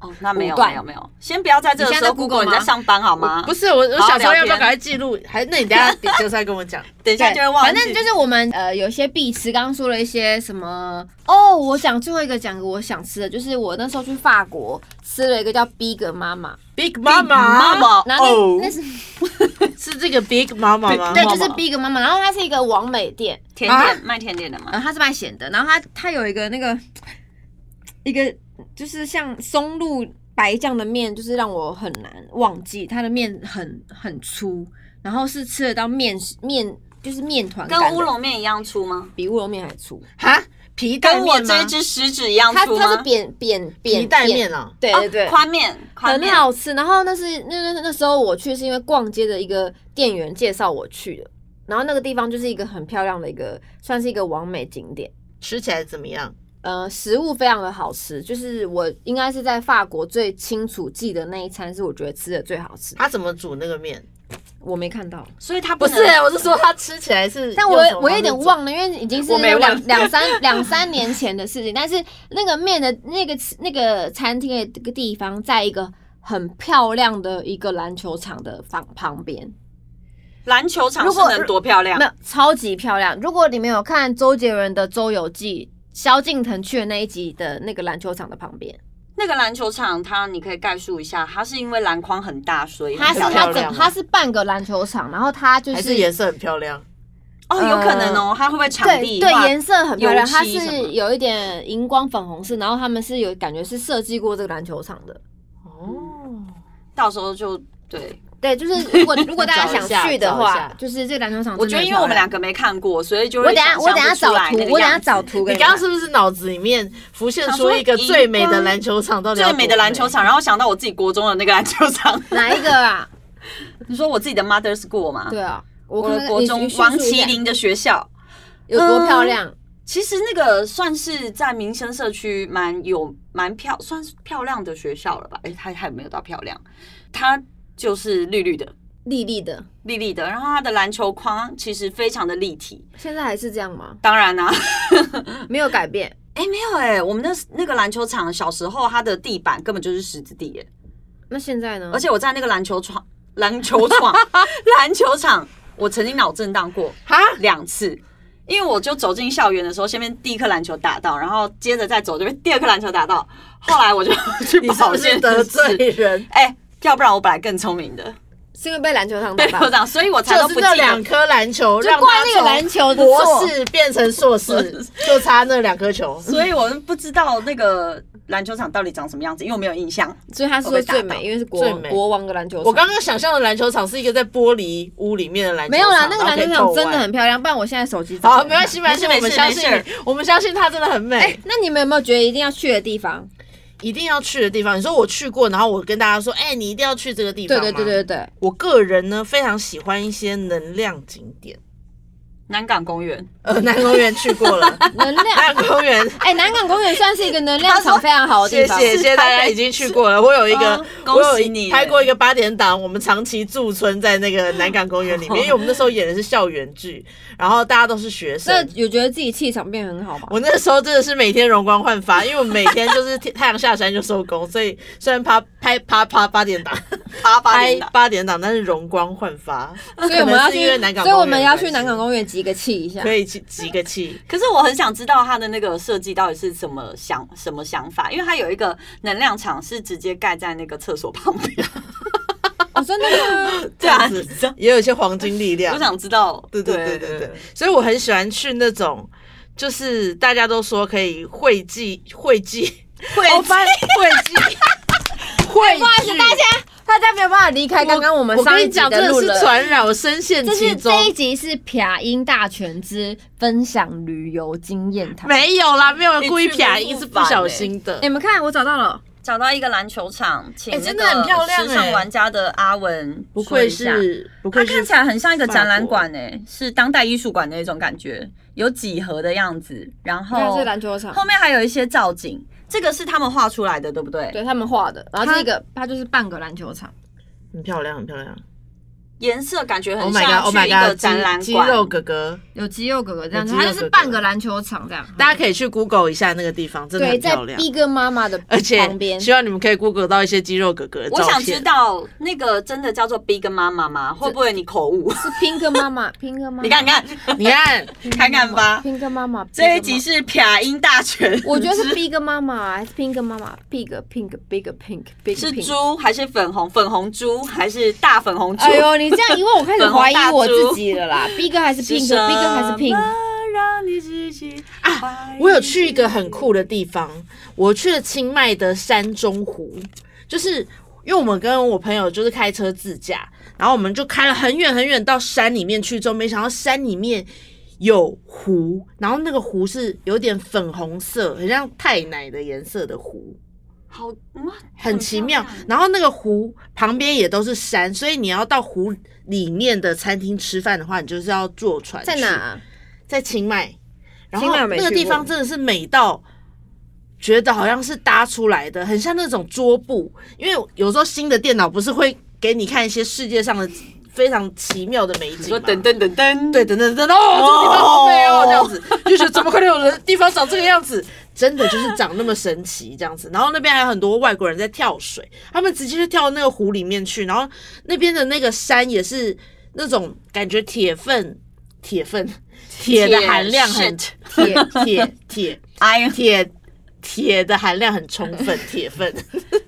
S3: 哦，那没有
S1: 五段
S3: 没有没有，先不要在这个
S1: 你现
S3: 时
S1: 在
S3: 候
S1: 在
S3: Google 你
S1: Google 吗
S3: 在上班好吗？
S2: 不是我，我
S3: 好好
S2: 想说
S3: 聊
S2: 要不要
S3: 天
S2: 赶快记录？还那你等一下 就是要跟我讲，
S3: 等一下就会忘记。
S1: 反正就是我们呃有一些必吃，刚刚说了一些什么 哦，我讲最后一个讲个我想吃的，就是我那时候去法国吃了一个叫 Big 妈妈，
S2: Big Mama，
S3: Mama
S1: 然后
S2: 哦
S1: 那那是
S2: 是这个 Big Mama 吗？
S1: 对，
S3: Mama
S1: 就是 Big 妈妈，然后它是一个王美店，
S3: 甜点卖甜点的嘛，
S1: 呃，它是卖咸的，然后它它有一个那个一个就是像松露白酱的面就是让我很难忘记，它的面很很粗，然后是吃得到面面就是面团感的，
S3: 跟乌龙面一样粗吗？
S1: 比乌龙面还粗，
S2: 哈，皮蛋
S3: 跟我
S2: 面
S3: 这
S2: 吗
S3: 一？只食指一样
S1: 它
S3: 粗吗？
S1: 它是扁扁扁
S2: 皮蛋
S1: 扁
S2: 面啊，
S1: 对
S3: 哦
S1: 对对，
S3: 宽面，宽
S1: 很
S3: 面。
S1: 好吃。然后那是那那那时候我去是因为逛街的一个店员介绍我去的，然后那个地方就是一个很漂亮的一个，算是一个完美景点。
S2: 吃起来怎么样？
S1: 呃，食物非常的好吃，就是我应该是在法国最清楚记得那一餐是我觉得吃的最好吃的，
S2: 他怎么煮那个面？
S1: 我没看到，
S3: 所以它
S2: 不
S3: 不
S2: 是
S3: 能，
S2: 我是说他吃起来是用什
S1: 但
S2: 么
S1: 我
S2: 方式煮，
S1: 我有点忘了，因为已经是
S3: 我没
S1: 两
S3: 忘
S1: 两三两三年前的事情。但是那个面的那个那个餐厅的这个地方，在一个很漂亮的一个篮球场的旁旁边，
S3: 篮球场
S1: 如
S3: 是
S1: 果
S3: 能多漂亮
S1: 没？有超级漂亮。如果你们有看周杰伦的《周游记》，萧敬腾去的那一集的那个篮球场的旁边，
S3: 那个篮球场，它你可以概述一下，它是因为篮筐很大，所以
S1: 它是
S3: 很漂
S1: 它
S3: 亮
S1: 整它是半个篮球场，然后它就
S2: 还
S1: 是
S2: 是颜色很漂亮，
S3: 哦，有可能哦，它会不会场
S1: 对
S3: 地
S1: 对
S3: 画
S1: 颜色很漂亮，
S3: 油漆
S1: 它
S3: 什么
S1: 是有一点荧光粉红色，然后他们是有感觉是设计过这个篮球场的。嗯
S3: 到时候就对。
S1: 对， 就是如果如果大家
S2: 找一
S1: 想
S2: 下
S1: 去的
S2: 找一
S1: 话
S2: 下，
S1: 就是这个篮球场真的很漂亮。
S3: 我觉得因为我们两个没看过，所以就
S1: 我
S3: 会
S1: 等下我等下找图，我等下找图给你
S2: 你刚
S1: 看。
S2: 刚是不是脑子里面浮现
S3: 想
S2: 出
S3: 说
S2: 一个
S3: 荧
S2: 最美的
S3: 光
S2: 篮球场？到底要
S3: 最美的
S2: 多
S3: 篮球
S2: 美
S3: 场，然后想到我自己国中的那个篮球场。
S1: 哪一个啊？
S3: 你说我自己的 mother school 吗？
S1: 对，啊，我
S3: 嗯我
S1: 看
S3: 的
S1: 看
S3: 国
S1: 你
S3: 中
S1: 你叙述
S3: 王
S1: 一下
S3: 麒麟的学校。
S1: 有多漂亮？
S3: 其实那个算是在民生社区蛮有蛮漂，算是漂亮的学校了吧？哎、它还没有到漂亮，它就是绿绿的、
S1: 丽丽的，
S3: 绿绿的，然后它的篮球框其实非常的立体。
S1: 现在还是这样吗？
S3: 当然 啦、
S1: 没有改变。
S3: 哎、没有哎、我们的那个篮球场小时候它的地板根本就是石子地耶、
S1: 那现在呢？
S3: 而且我在那个篮球场、篮 球场、篮球场，我曾经脑震荡过
S2: 哈
S3: 两次。因为我就走进校园的时候，先被第一颗篮球打到，然后接着再走就被第二颗篮球打到，后来我就 去
S2: 你是
S3: 保
S2: 不是
S3: 健
S2: 得
S3: 室
S2: 罪。 人？
S3: 哎、要不然我本来更聪明的，
S1: 是因为被篮球场打
S3: 对，
S1: 到
S3: 我，这样，所以我才都
S2: 就是
S3: 不记
S2: 那
S3: 得。
S2: 两颗篮球，
S1: 就
S2: 让
S1: 怪
S2: 他
S1: 那个
S2: 从
S1: 篮球的
S2: 博
S1: 错
S2: 士变成硕士，就差那两颗球。
S3: 所以我不知道那个篮球场到底长什么样子，因为我没有印象。
S1: 所以他是说最美，因为是国
S2: 最美
S1: 国王的篮球场。
S2: 我刚刚想象的篮球场是一个在玻璃屋里面的篮球
S1: 没
S2: 场，
S1: 有啦，那个篮球场
S2: 然后可以
S1: 真
S2: 透
S1: 的
S2: 外
S1: 很漂亮，不然我现在手机找不
S2: 好，
S1: 到
S2: 没关系，没关系，我
S3: 没事
S2: 们相信
S3: 没事
S2: 你，我们相信它真的很美，
S1: 哎那你们有没有觉得一定要去的地方？
S2: 一定要去的地方。你说我去过，然后我跟大家说，哎，你一定要去这个地方。
S1: 对对对对，对，
S2: 我个人呢非常喜欢一些能量景点，
S3: 南港公园，
S2: 呃，南公园去过 了，
S1: 能量。
S2: 南公园。
S1: 哎，南港公园算是一个能量场非常好的
S2: 谢
S1: 地方。哦
S2: 谢，谢谢大家已经去过了。我有一个，
S3: 嗯
S2: 我有
S3: 恭喜你
S2: 一拍过一个八点档，我们长期驻村在那个南港公园
S1: 哦
S2: 里面，因为我们那时候演的是校园剧，然后大家都是学
S1: 那
S2: 生。
S1: 有觉得自己气场变很好 吗？
S2: 我那时候真的是每天容光焕发，因为我每天就是太阳下山就收工，所以虽然啪拍啪啪八点档，
S3: 八八
S2: 拍
S3: 点档
S2: 八点档，但是容光焕发。
S1: 所以我们要
S2: 可能是因为
S1: 去
S2: 南，港
S1: 所以我们要
S2: 公
S1: 去
S2: 园的关
S1: 南港
S2: 系
S1: 公园集个气一下
S2: 可。以去集个 气，
S3: 可是我很想知道他的那个设计到底是什么想什么想法，因为他有一个能量场是直接盖在那个厕所旁边，
S1: 哦，真的 吗？
S2: 这样子也有一些黄金力量。
S3: 我想知道。
S2: 对啊对对对对，所以我很喜欢去那种，就是大家都说可以汇集汇集汇
S3: 哦
S2: 汇集
S1: 哎
S2: 汇聚。
S1: 大家没有办法离开 刚刚我们
S2: 我
S1: 上
S2: 跟
S1: 一
S2: 你
S1: 集
S2: 讲，真
S1: 的
S2: 的
S1: 路
S2: 是
S1: 了。
S2: 传染，我深陷
S1: 这
S2: 其
S1: 是
S2: 中。
S1: 这一集是撇音大全之分享旅游经验谈。哎
S2: 没有啦，没有人故意
S3: 你去
S2: 撇
S3: 没
S2: 音，
S3: 复
S2: 是不
S3: 返
S2: 小
S3: 欸
S2: 心的。
S1: 你们看，我找到了，
S3: 找到一个篮球场，请
S2: 哎
S3: 那
S2: 真的很漂
S3: 个
S2: 亮
S3: 时尚
S2: 哎
S3: 玩家的阿文
S2: 不
S3: 说
S2: 愧
S3: 一
S1: 哎
S3: 下，
S2: 是，不
S3: 它
S2: 愧
S1: 啊
S3: 看
S2: 是
S3: 起，来很像一个展
S2: 法
S3: 览
S2: 国
S3: 馆诶，是当代艺术馆的那种感觉，有几何的样子，然
S1: 看
S3: 后
S1: 是篮球场，
S3: 后面还有一些造景，这个是他们画出来的，对不对？
S1: 对他们画的，然后这个它就是半个篮球场。
S2: 很漂亮，很漂亮。
S3: 颜色感觉
S2: Oh
S3: 很
S2: my
S3: 像
S2: god，Oh
S3: 去一
S2: my
S3: 个
S2: god，
S3: 展览
S2: 肌肌
S3: 馆，
S2: 肉哥哥，
S1: 有肌肉哥哥这样子，
S2: 有肌
S1: 它
S2: 肉
S1: 就
S2: 哥哥
S1: 是半个篮球场这样。
S2: 大家可以去 Google 一下那个地方，真的
S1: 对，
S2: 很
S1: 在
S2: 漂亮。
S1: 逼哥妈妈的
S2: 而且
S1: 旁边，
S2: 希望你们可以 Google 到一些肌肉哥哥的照
S3: 我
S2: 片。
S3: 想知道那个真的叫做 Big 妈妈吗？会不会你口误？
S2: 嗯
S1: 是拼哥妈妈，拼哥妈妈，
S3: 你看看，
S2: 你看，
S3: 看看吧。
S1: 拼哥妈妈。
S3: 这一集
S1: 拼
S3: 是撇音大全，
S1: 哥妈妈，我觉得是逼哥妈妈还是拼哥妈妈，big pink big pink big
S3: 是
S1: pink。
S3: 猪还是粉红？粉红猪还是大粉红猪？
S1: 哎呦，你这样一问，我开始怀疑我自己了啦。逼哥还是
S3: 是
S1: pink，逼
S3: 什么
S1: 哥还是 pink。
S3: 让你自己啊
S2: 我有去一个很酷的地方，我去了清迈的山中湖，就是因为我们跟我朋友就是开车自驾，然后我们就开了很远很远到山里面去，之后没想到山里面有湖，然后那个湖是有点粉红色，很像太奶的颜色的湖。
S7: 好哇，
S2: 很奇妙
S7: 漂。亮
S2: 然后那个湖旁边也都是山，所以你要到湖里面的餐厅吃饭的话，你就是要坐船。
S1: 在哪？啊？
S2: 在清迈。然后
S1: 清迈我没
S2: 那个
S1: 去
S2: 地
S1: 过
S2: 方真的是美到。觉得好像是搭出来的，很像那种桌布，因为有时候新的电脑不是会给你看一些世界上的非常奇妙的美景
S7: 说
S2: 吗？
S7: 噔噔噔噔，
S2: 对，等等等等，哦，这个地方好美哦，这样子就觉得怎么可能有人地方长这个样子？真的就是长那么神奇这样子。然后那边还有很多外国人在跳水，他们直接就跳到那个湖里面去，然后那边的那个山也是那种感觉铁分、铁分、铁的含量很铁铁铁
S3: 哎呀，
S2: 铁铁的含量很充分，铁分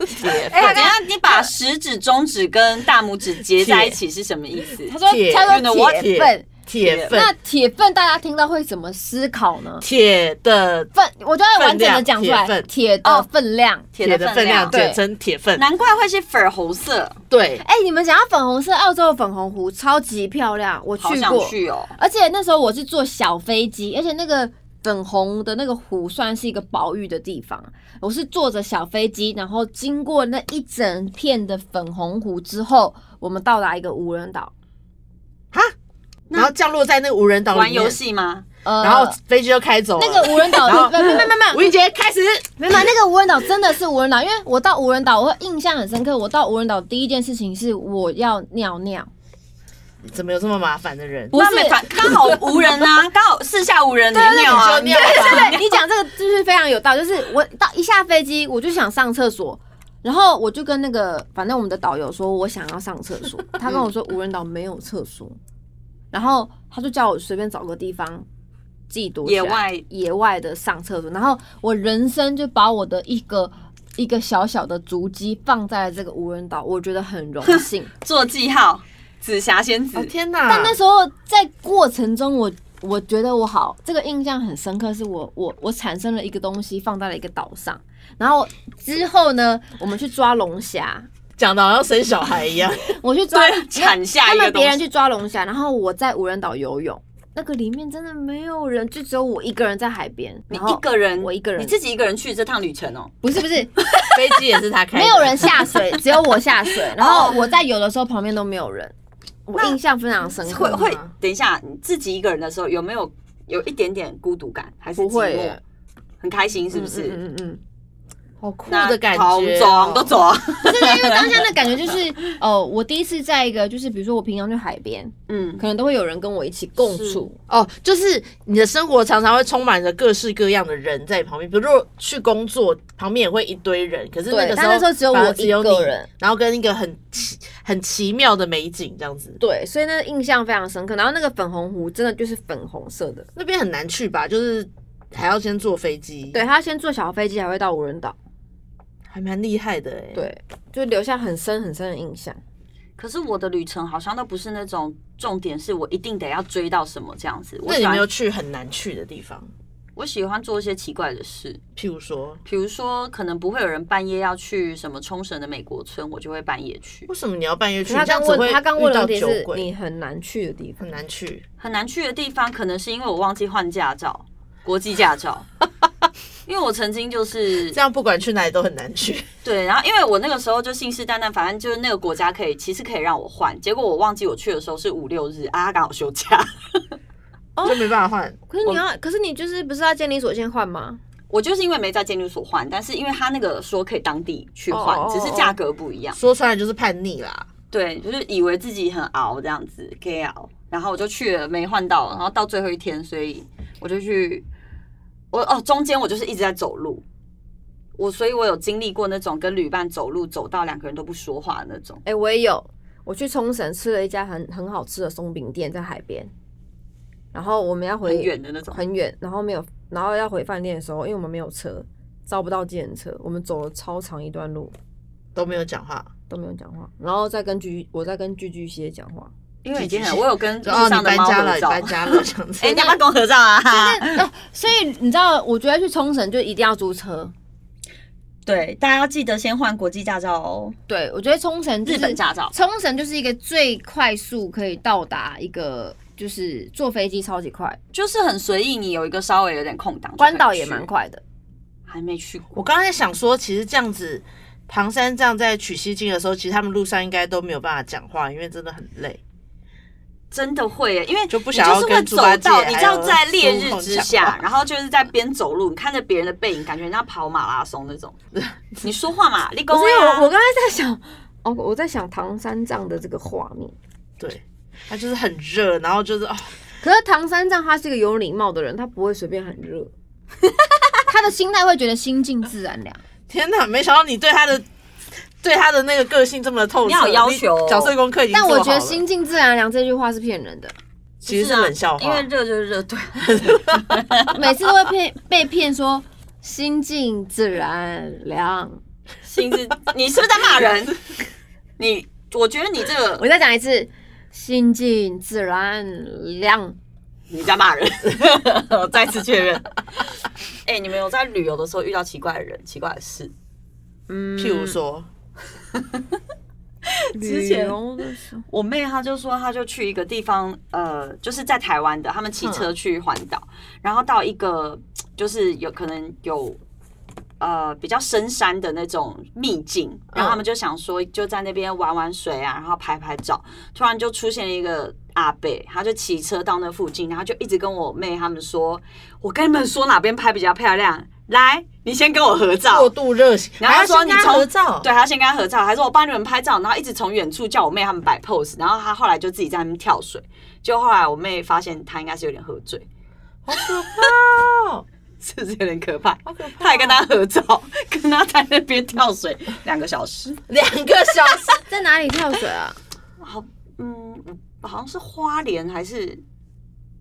S2: 铁
S3: 哎，
S2: 分。
S3: 等一下你把食指、中指跟大拇指结在一起是什么意思？
S1: 他说
S2: 铁
S1: 他
S3: 运动
S1: 说
S3: 我
S1: 铁粪，
S2: 铁
S1: 那
S2: 分，
S1: 铁粪大家听到会怎么思考呢？
S2: 铁的
S1: 粪，我就要完整的
S2: 分量
S1: 讲出
S2: 铁
S1: 来，
S2: 分
S1: 铁的分量。
S2: 铁的分量，对，
S1: 对
S2: 真铁分，
S3: 难怪会是粉红色，
S2: 对，
S1: 哎、你们讲到粉红色，澳洲的粉红湖超级漂亮，我
S3: 好
S1: 去
S3: 想
S1: 过，
S3: 去哦。
S1: 而且那时候我是坐小飞机，而且那个粉红的那个湖算是一个保育的地方。我是坐着小飞机，然后经过那一整片的粉红湖之后，我们到达一个无人岛。
S2: 然后降落在那个无人岛里
S3: 玩
S2: 面
S3: 游戏吗？
S1: 呃
S2: 然后飞机就开走了。
S1: 那个无人岛，
S2: 然后
S1: 没有没有没有没有
S2: 吴英杰开始，
S1: 没有，那个无人岛真的是无人岛，因为我到无人岛，我印象很深刻。我到无人岛第一件事情是我要尿尿，
S2: 怎么有这么麻烦的人？
S1: 不是
S3: 那没反刚好无人 啊，刚好四下无人，你尿啊，
S2: 你就尿
S1: 对你讲这个就是非常有道理，就是我到一下飞机我就想上厕所，然后我就跟那个反正我们的导游说我想要上厕所，他跟我
S2: 嗯
S1: 说无人岛没有厕所，然后他就叫我随便找个地方。自己躲起来
S3: 野外
S1: 野外的上厕所，然后我人生就把我的一个一个小小的足迹放在了这个无人岛，我觉得很荣幸。
S3: 做记号，紫霞仙子
S2: 哦，天哪！
S3: 啊
S1: 但那时候在过程中我，我觉得我好这个印象很深刻，是我我我产生了一个东西放在了一个岛上，然后之后呢，我们去抓龙 虾，
S2: 讲的好像生小孩 一样，
S1: 我去抓
S3: 产下
S1: 他
S3: 一个
S1: 们
S3: 东
S1: 别人
S3: 西。
S1: 去抓龙虾，然后我在无人岛游泳，那个里面真的没有人，就只有我一个人在海边，
S3: 你
S1: 然后
S3: 一个人，
S1: 我一个人
S3: 你自己一个人去这趟旅程哦。
S1: 不是不 是
S2: 飞机也是他开的。
S1: 没有人下水，只有我下
S3: 哦
S1: 水，然后我在游的时候旁边都没有人，我印象非常深刻，
S3: 会会，等一下，你自己一个人的时候有没有有一点点孤独感，还是
S1: 不会
S3: 寂寞
S1: 耶
S3: 很开心，是不是？
S1: 嗯嗯嗯。嗯
S2: 好酷
S3: 那
S2: 的感觉
S3: 好，
S2: 哦，
S3: 我们走啊，我们都走啊。
S1: 对， 因为当下的感觉就是，哦，我第一次在一个就是，比如说我平常去海边，
S3: 嗯，
S1: 可能都会有人跟我一起共处，
S2: 哦，就是你的生活常常会充满着各式各样的人在旁边，比如说去工作，旁边也会一堆人，可是那
S1: 对
S2: 个时
S1: 但
S2: 候
S1: 那时候只有
S2: 反而
S1: 我
S2: 只
S1: 一
S2: 有
S1: 个
S2: 你
S1: 人，
S2: 然后跟一个很奇很奇妙的美景这样子。
S1: 对，所以那个印象非常深刻。然后那个粉红湖真的就是粉红色的，
S2: 那边很难去吧？就是还要先坐飞机，
S1: 对，，他先坐小飞机，还会到无人岛，
S2: 还蛮厉害的哎。，
S1: 对，就留下很深很深的印象。
S3: 可是我的旅程好像都不是那种重点，是我一定得要追到什么这样子。我
S2: 那你
S3: 喜
S2: 有没有
S3: 欢
S2: 去很难去的地方？
S3: 我喜欢做一些奇怪的事，
S2: 譬如说，
S3: 比如说可能不会有人半夜要去什么冲绳的美国村，我就会半夜去。
S2: 为什么你要半夜去？
S1: 他
S2: 这样
S1: 刚
S2: 子会
S1: 问，他刚问
S2: 遇
S1: 的
S2: 到
S1: 问题
S2: 酒
S1: 是
S2: 鬼嗯
S1: 你很难去的地方，
S2: 很难去。
S3: 很难去的地方，可能是因为我忘记换驾照，国际 驾照。因为我曾经就是
S2: 这样不管去哪里都很难去。
S3: 对，然后因为我那个时候就信誓旦旦，反正就是那个国家可以，其实可以让我换。结果我忘记我去的时候是五六日啊，他刚好休假，
S1: 哦
S2: 就没办法换。
S1: 可是你要，可是你就是不是要监理所先换吗？
S3: 我就是因为没在监狱所换，但是因为他那个说可以当地去换
S1: 哦哦哦
S3: 只是价格不一样。
S2: 说穿了就是叛逆啦。
S3: 对，就是以为自己很熬这样子，gay 熬，然后我就去了，没换到，然后到最后一天，所以我就去，我哦，中间我就是一直在走路，我所以我有经历过那种跟旅伴走路走到两个人都不说话的那种，
S1: 哎、我也有，我去冲绳吃了一家很很好吃的松饼店，在海边。然后我们要回
S3: 很远的那种，
S1: 很远，然后没有，然后要回饭店的时候，因为我们没有车，招不到计程车，我们走了超长一段路
S2: 都没有讲话，
S1: 都没有讲话，然后再跟居我再跟居居些讲话，
S3: 因为已经很，我有跟路
S2: 就哦你
S3: 上的
S2: 搬
S3: 猫
S2: 家了，
S3: 合
S2: 你
S3: 照，
S2: 搬家了这 样子。
S3: 哎、你要不要跟我合照啊？
S1: 哦所以你知道，我觉得去冲绳就一定要租车，
S8: 对，大家要记得先换国际驾照哦。
S1: 对，我觉得冲绳、就是、
S3: 日本驾照
S1: 冲绳就是一个最快速可以到达一个，就是坐飞机超级快，
S3: 就是很随意，你有一个稍微有点空档，
S1: 关岛也蛮，快的。
S3: 还没去过。
S2: 我刚才想说，其实这样子，唐三藏在取西经的时候，其实他们路上应该都没有办法讲话，因为真的很累。
S3: 真的会耶，因为
S2: 就不
S3: 你
S2: 想要
S3: 就是会
S2: 跟
S3: 走
S2: 猪八戒哎
S3: 到，你知
S2: 还
S3: 道
S2: 有
S3: 在烈
S2: 孙
S3: 日
S2: 悟空
S3: 之
S2: 讲
S3: 下
S2: 话，
S3: 然后就是在边走路，你看着别人的背影，感觉人家跑马拉松 那种。你说话嘛，立功啊
S1: 不是因为
S3: 呀
S1: 我我刚才在想，哦，我在想唐三藏的这个画面。
S2: 对，他就是很热，然后就是哦，
S1: 可是唐三藏他是一个有礼貌的人，他不会随便喊热， 他的心态会觉得心静自然凉。
S2: 天哪，没想到你对他的对他的那个个性这么的透彻，
S3: 你好要求哦
S2: 你角色功课已经
S1: 但我
S2: 做
S1: 觉得
S2: 好了
S1: 心静自然凉这句话是骗人的，
S2: 其实是冷笑话，
S3: 因为热就是热，对，
S1: 每次都会骗被骗说心静自然凉。
S3: 心是，你是不是在骂人？你，我觉得你这个
S1: 我再讲一次，心静自然凉。
S3: 你在骂 人，我再次确认。 哎、你们有在旅游的时候遇到奇怪的人、奇怪的事？
S1: 嗯，
S2: 譬如说，
S1: 之
S3: 前
S1: 的时候，
S3: 我妹她就说，她就去一个地方，呃，就是在台湾的，他们骑车去环岛，然后到一个就是有可能有呃比较深山的那种秘境，然后他们就想说就在那边玩玩水啊，然后拍拍照，突然就出现了一个阿贝，他就骑车到那附近，然后就一直跟我妹他们说，我跟你们说哪边拍比较漂亮，来，你先跟我合照，
S2: 过度热情，
S3: 然后
S2: 还要
S3: 说
S2: 先
S3: 你
S2: 跟他
S3: 从
S2: 合照，
S3: 对，他先跟他合照，还说我帮你们拍照，然后一直从远处叫我妹他们摆 pose，然后他后来就自己在那边跳水，就后来我妹发现他应该是有点喝醉，
S2: 好可怕 哦，
S3: 是不是有点可怕？
S2: 好可怕哦！
S3: 他还跟他合照，跟他在那边跳水两个小时，
S2: 两个小 时，
S1: 在哪里跳水 啊？
S3: 好，嗯，好像是花莲还是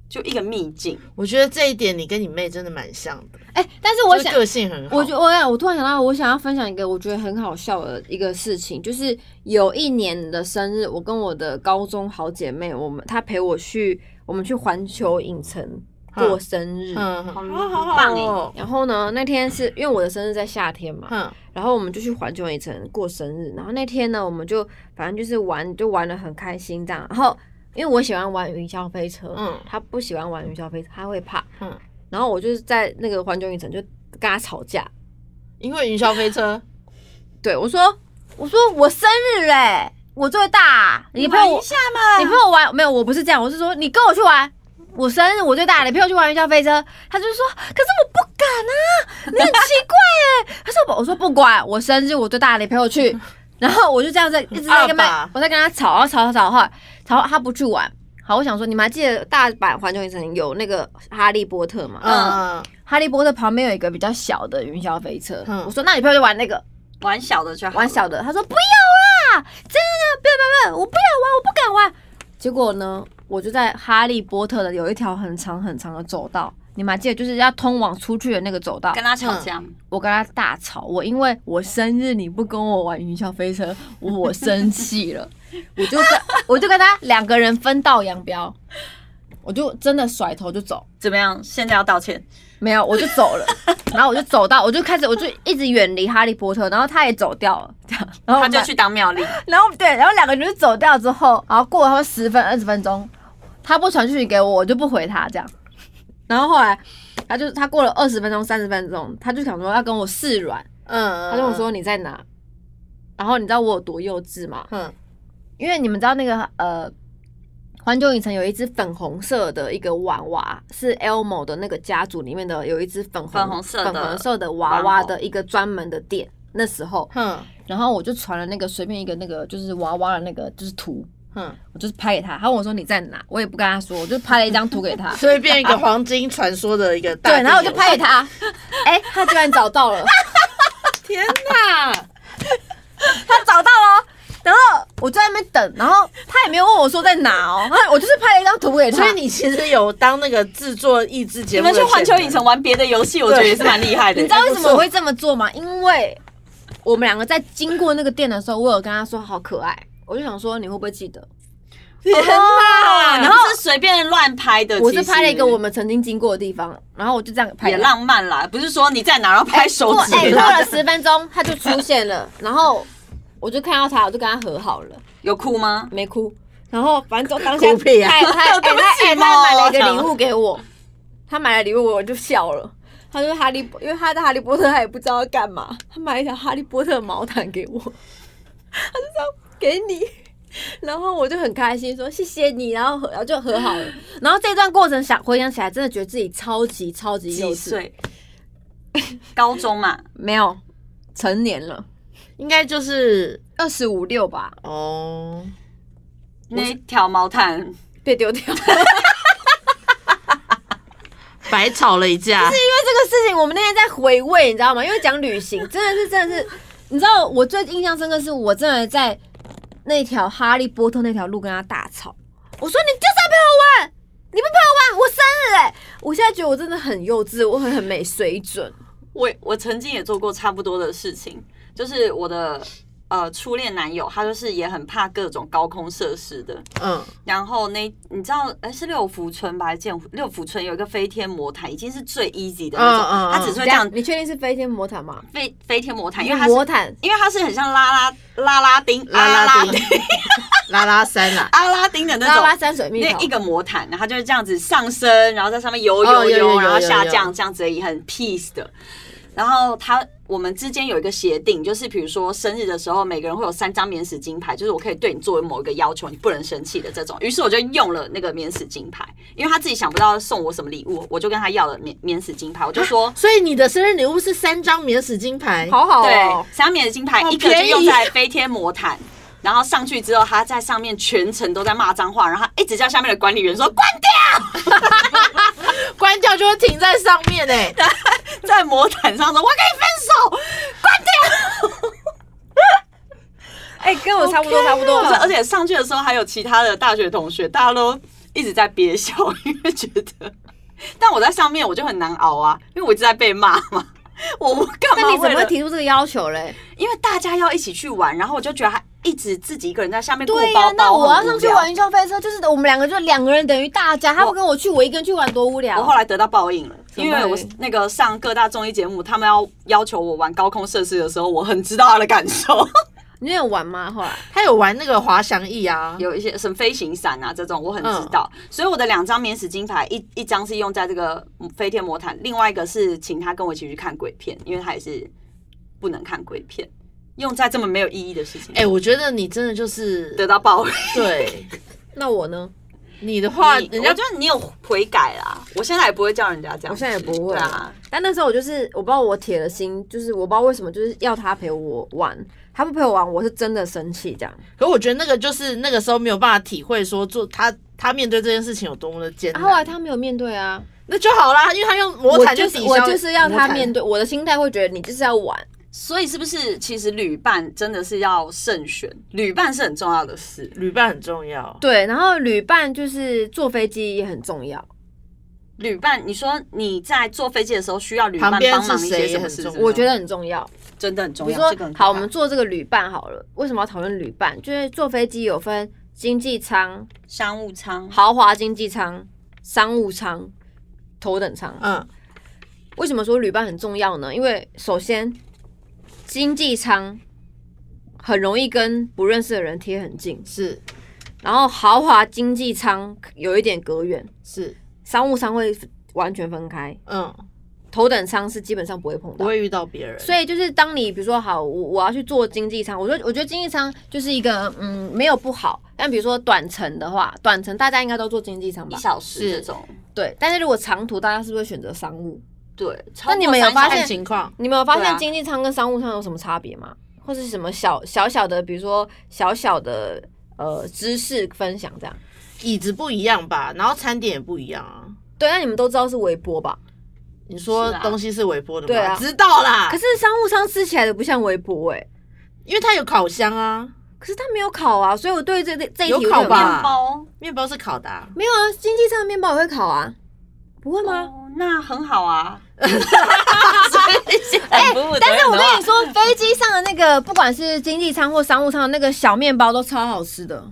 S3: 就一个秘境，
S2: 我觉得这一点你跟你妹真的蛮像的，
S1: 哎、但是我
S2: 就是
S1: 想，
S2: 个性很好，
S1: 我觉我想，我突然想到，我想要分享一个我觉得很好笑的一个事情，就是有一年的生日，我跟我的高中好姐妹，我们她陪我去，我们去环球影城过生日。
S2: 嗯，
S3: 好
S2: 嗯
S3: 好
S2: 好好
S3: 棒
S2: 哦，
S1: 然后呢，那天是因为我的生日在夏天嘛，
S2: 嗯，
S1: 然后我们就去环球影城过生日。然后那天呢，我们就反正就是玩，就玩的很开心这样。然后因为我喜欢玩云霄飞车，
S2: 嗯
S1: 他不喜欢玩云霄飞车，他会怕，
S2: 嗯
S1: 然后我就是在那个环球影城就跟他吵架，
S2: 因为云霄飞车，
S1: 对我说，我说我生日嘞、我最大、你陪我
S3: 玩一下嘛，
S1: 你陪我玩没有？我不是这样，我是说你跟我去玩。我生日我最大，你陪我去玩云霄飞车。他就说，可是我不敢啊，你很奇怪哎、他说我我说不管，我生日我最大，你陪我去。然后我就这样在一直在跟
S2: 很二
S1: 他
S2: 吧，
S1: 我在跟他吵，然后吵吵吵，后来吵他不去玩。好，我想说，你们还记得大阪环球影城有那个哈利波特吗？
S2: 嗯，
S1: 哈利波特旁边有一个比较小的云霄飞车。
S2: 嗯
S1: 我说，那你陪我去玩那个。
S3: 玩小的就好，
S1: 玩小的，他说不要啦，真的不要不要不要，我不要玩，我不敢玩。结果呢，我就在哈利波特的有一条很长很长的走道，你们还记得就是要通往出去的那个走道
S3: 跟，他吵架，
S1: 我跟他大吵，我因为我生日你不跟我玩云霄飞车，我生气了，我就跟我就跟他两个人分道扬镳，我就真的甩头就走。
S3: 怎么样？现在要道歉，
S1: 没有，我就走了，然后我就走到，我就开始，我就一直远离哈利波特，然后他也走掉了，这样，然后我
S3: 他
S1: 们
S3: 就去当妙丽，
S1: 然后对，然后两个人就是走掉之后，然后过了他们十分二十分钟，他不传讯息给我，我就不回他这样。然后后来他就他过了二十分钟三十分钟，他就想说要啊跟我示软，
S2: 嗯，
S1: 他跟我说你在哪？然后你知道我有多幼稚吗？
S2: 嗯，
S1: 因为你们知道那个呃。环球影城有一只粉红色的一个娃娃，是 Elmo 的那个家族里面的有一只粉红
S3: 粉红色的
S1: 粉红色的娃
S3: 玩
S1: 娃
S3: 偶
S1: 的一个专门的店。那时候，
S2: 哼
S1: 然后我就传了那个随便一个那个就是娃娃的那个就是图，
S2: 哼，，
S1: 我就是拍给他，他问我说你在哪，我也不跟他说，我就拍了一张图给他
S2: 所以变一个黄金传说的一个大，
S1: 对，然后我就拍给， 他，哎、他居然找到了，
S2: 天哪，
S1: 他找到了哦，然后我就在那边等，然后他也没有问我说在哪哦，他我就是拍了一张图给他，
S2: 所以你其实有当那个制作益智节
S3: 你
S2: 目的前
S3: 们去
S2: 男，
S3: 环球影城玩别的游戏，我觉得也是蛮厉害的。 哎
S1: 你知道为什么我会这么做吗？因为我们两个在经过那个店的时候，我有跟他说好可爱，我就想说你会不会记得，哪！
S3: 然后哦是随便乱拍的，
S1: 我
S3: 其
S1: 是
S3: 实
S1: 拍了一个我们曾经经过的地方，然后我就这样拍
S3: 也
S1: 的。
S3: 浪漫啦，不是说你在哪然后
S1: 哎
S3: 拍手
S1: 过
S3: 指
S1: 哎，
S3: 给
S1: 过
S3: 他
S1: 了十分钟他就出现了，然后我就看到他，我就跟他和好了，
S3: 有哭吗？
S1: 没哭。然后反正就当下
S2: 哭屁啊
S1: 他他哎
S3: 对不
S1: 他
S3: 起
S1: 哎他买了一个
S3: 嘛
S1: 礼物给我，他买了礼物我就笑了。他就是哈利波，因为他在哈利波特，他也不知道要干嘛，他买了一条哈利波特毛毯给我，他就这样给你。然后我就很开心，说谢谢你，然后和然后就和好了。然后这段过程想回想起来，真的觉得自己超级超级幼
S3: 几
S1: 稚，
S3: 岁？高中 嘛，
S1: 没有成年了，
S2: 应该就是
S1: 二十五六吧，
S2: 哦，
S3: 那条毛毯
S1: 被丢掉。
S2: 白吵了一架，
S1: 这个事情我们那天在回味，你知道吗？因为讲旅行，真的是真的是，你知道我最印象深刻是我真的在那条哈利波特那条路跟他大吵，我说你就是要陪我玩，你不陪我玩，我生日哎、我现在觉得我真的很幼稚，我很很没水准。
S3: 我我曾经也做过差不多的事情，就是我的呃初恋男友，他就是也很怕各种高空设施的。
S2: 嗯，
S3: 然后那你知道，哎、是六福村吧？还是建湖六福村有一个飞天魔毯，已经是最 easy 的那种，
S2: 嗯嗯嗯
S3: 他只是
S1: 这
S3: 会这样
S1: 样，你确定是飞天魔毯吗？
S3: 飞飞天魔毯，因为它是
S1: 魔毯
S3: 因为它是很像拉拉拉拉丁
S2: 拉
S3: 阿
S2: 拉丁， 拉拉山啊啦，
S3: 阿拉丁的那
S1: 拉
S3: 种
S1: 拉山水蜜
S3: 那
S1: 桃
S3: 一，个魔毯，然后它就是这样子上升，然后在上面游
S2: 哦有
S3: 游
S2: 有有
S3: 游，然后下
S2: 有有
S3: 降，这样子而已，很 peace 的。然后他我们之间有一个协定，就是比如说生日的时候，每个人会有三张免死金牌，就是我可以对你作为某一个要求，你不能生气的这种。于是我就用了那个免死金牌，因为他自己想不到送我什么礼物，我就跟他要了免免死金牌，我就说。
S2: 所以你的生日礼物是三张免死金牌，
S1: 好好
S3: 对
S1: 哦，，
S3: 三张免死金牌
S2: 好
S3: 一个就
S2: 便宜
S3: 用在飞天魔毯，然后上去之后，他在上面全程都在骂脏话，然后他一直叫下面的管理员说关掉。
S2: 关掉就会停在上面哎、
S3: 在魔毯上说：“我跟你分手。
S1: 哎、跟我差不多差不”多
S3: 不是，而且上去的时候还有其他的大学同学，大家都一直在憋笑，因为觉得，但我在上面我就很难熬啊，因为我一直在被骂嘛。我我干
S1: 那
S3: 嘛
S1: 你怎
S3: 为
S1: 么会
S3: 了？
S1: 提出这个要求嘞？
S3: 因为大家要一起去玩，然后我就觉得他一直自己一个人在下面顾
S1: 对呀、
S3: 包包，
S1: 那我要
S3: 很无
S1: 上去
S3: 聊
S1: 玩云霄飞车，就是我们两个就两个人等于大家，他不跟我去，我一个人去玩多无聊。
S3: 我后来得到报应了，
S1: 什么
S3: 因为我
S1: 报应
S3: 那个上各大综艺节目，他们要要求我玩高空设施的时候，我很知道他的感受。
S1: 你有玩吗？后来
S2: 他有玩那个滑翔翼啊，
S3: 有一些什么飞行伞啊这种，我很知道。所以我的两张免死金牌，一一张是用在这个飞天魔毯，另外一个是请他跟我一起去看鬼片，因为他也是不能看鬼片，用在这么没有意义的事情。
S2: 哎、我觉得你真的就是
S3: 得到报应。
S2: 对
S1: 那我呢？
S2: 你的话，
S3: 你
S2: 人
S3: 我
S2: 家
S3: 觉得你有悔改啦，我现在也不会叫人家这样子，
S1: 我现在也不会
S3: 对啊。
S1: 但那时候我就是我不知道我铁了心，就是我不知道为什么就是要他陪我玩，他不陪我玩，我是真的生气这样。
S2: 可我觉得那个就是那个时候没有办法体会说做他他面对这件事情有多么的艰
S1: 啊
S2: 难，
S1: 后来他没有面对啊，
S2: 那就好啦，因为他用魔
S1: 我
S2: 毯
S1: 就是
S2: 抵消
S1: 我就是要他面
S2: 对。
S1: 对，我的心态会觉得你就是要玩，
S3: 所以是不是其实旅伴真的是要慎选，旅伴是很重要的事。
S2: 旅伴很重要，
S1: 对，然后旅伴就是坐飞机也很重要。
S3: 旅伴，你说你在坐飞机的时候需要旅伴
S2: 旁
S3: 帮
S2: 边是
S3: 忙一些
S2: 谁
S3: 什么
S2: 很
S3: 事
S2: 重
S3: 情
S2: 要
S3: 吗？
S1: 我觉得很重要。
S3: 真的很
S1: 比
S3: 重
S1: 如
S3: 要。
S1: 说
S3: 这个很，可怕
S1: 好，我们做这个旅伴好了。为什么要讨论旅伴？就是坐飞机有分经济舱、
S3: 商务舱
S1: 豪华经济舱、商务舱、头等舱。
S2: 嗯，
S1: 为什么说旅伴很重要呢？因为首先，经济舱很容易跟不认识的人贴很近，
S2: 是
S1: 然后豪华经济舱有一点隔远，
S2: 是，
S1: 商务舱会完全分开，
S2: 嗯，
S1: 头等舱是基本上不会碰
S2: 不
S1: 到。
S2: 会遇到别人，
S1: 所以就是当你比如说好，我我要去做经济舱，我说我觉得经济舱就是一个嗯没有不好，但比如说短程的话，短程大家应该都坐经济舱
S3: 一
S1: 吧？
S3: 小时这
S2: 是
S3: 种，
S1: 对，但是如果长途，大家是不是会选择商务？
S3: 对。
S1: 那你们有
S3: 超过
S1: 发
S3: 三
S1: 现
S2: 看情况，
S1: 你们有发
S3: 对啊
S1: 现经济舱跟商务舱有什么差别吗？或是什么小小小的，比如说小小的呃知识分享这样？
S2: 椅子不一样吧，然后餐点也不一样啊。
S1: 对，那你们都知道是微波吧？
S2: 你说
S3: 是啊
S2: 东西是微波的吗？
S1: 对啊
S2: 知道啦
S1: 可，是商务舱吃起来的不像微波哎、
S2: 因为它有烤箱啊，
S1: 可是它没有烤啊，所以我对这这这一题
S2: 有
S1: 我就
S2: 烤
S1: 有
S2: 吧
S1: 问
S3: 面包
S2: 面包是烤的、啊，
S1: 没有啊，经济舱的面包也会烤啊，不会吗？
S3: 哦，那很好啊。
S1: 哎
S3: 哎
S1: 但是我跟
S9: 啊
S1: 你说，
S9: 嗯
S1: 飞机上的那个不管是经济舱或商务舱的那个小面包都超好吃的，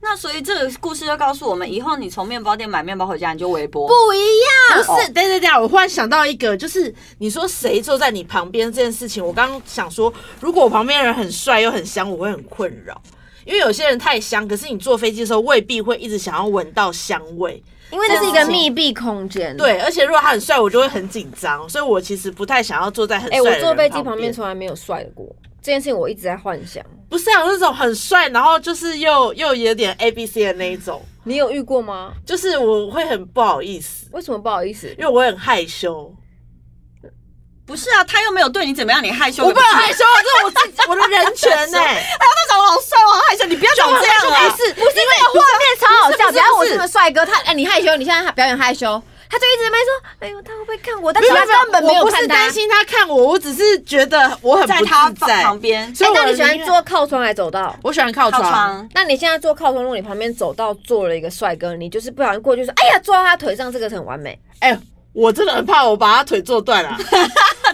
S3: 那所以这个故事就告诉我们，以后你从面包店买面包回家，你就微波。
S9: 不一样，
S2: 不是，等等等一下，啊我忽然想到一个，就是你说谁坐在你旁边这件事情，我刚刚想说，如果我旁边的人很帅又很香，我会很困扰，因为有些人太香，可是你坐飞机的时候未必会一直想要闻到香味。
S9: 因为
S1: 这
S9: 这是
S1: 是一
S9: 一
S1: 个
S9: 个
S1: 密闭空间。，
S2: 对，而且如果他很帅，我就会很紧张，所以我其实不太想要坐在很
S1: 哎、
S2: 帅的
S1: 我
S2: 人
S1: 坐飞机旁
S2: 旁
S1: 边从来没有帅过，这件事情我一直在幻想。
S2: 不是啊，有那种很帅，然后就是又又有点 A B C 的那一种，
S1: 你有遇过吗？
S2: 就是我会很不好意思，
S1: 为什么不好意思？
S2: 因为我很害羞。
S3: 不是啊，他又没有对你怎么样，你害羞
S2: 我
S3: 个
S2: 不
S3: 屁。
S2: 能害羞，啊这是我自己 我的人权欸呢、
S3: 他长得好帅，我好害羞，你不要讲这样
S9: 没
S3: 啊！
S9: 事，不是那个画面超好笑。
S1: 不是不是
S9: 只要我
S1: 不是
S9: 是个帅哥，他哎，你害羞，你现在表演害羞，他就一直在那边说，哎呦，他会不会看我？但是他根本没有
S2: 我不
S9: 看
S2: 是
S9: 他
S2: 担。心他看我，我只是觉得我很不
S3: 在
S2: 自
S3: 他
S2: 在
S3: 旁，边
S2: 所
S1: 哎
S2: 以我
S1: 那你喜欢
S2: 宁愿
S1: 坐？靠窗还走道？
S2: 我喜欢靠
S3: 靠
S2: 窗，
S3: 窗，
S1: 那你现在坐靠窗，如果你旁边走道坐了一个帅哥，你就是不小心过去说，哎呀，坐到他腿上，这个很完美。
S2: 哎、我真的很怕我把他腿坐断了、啊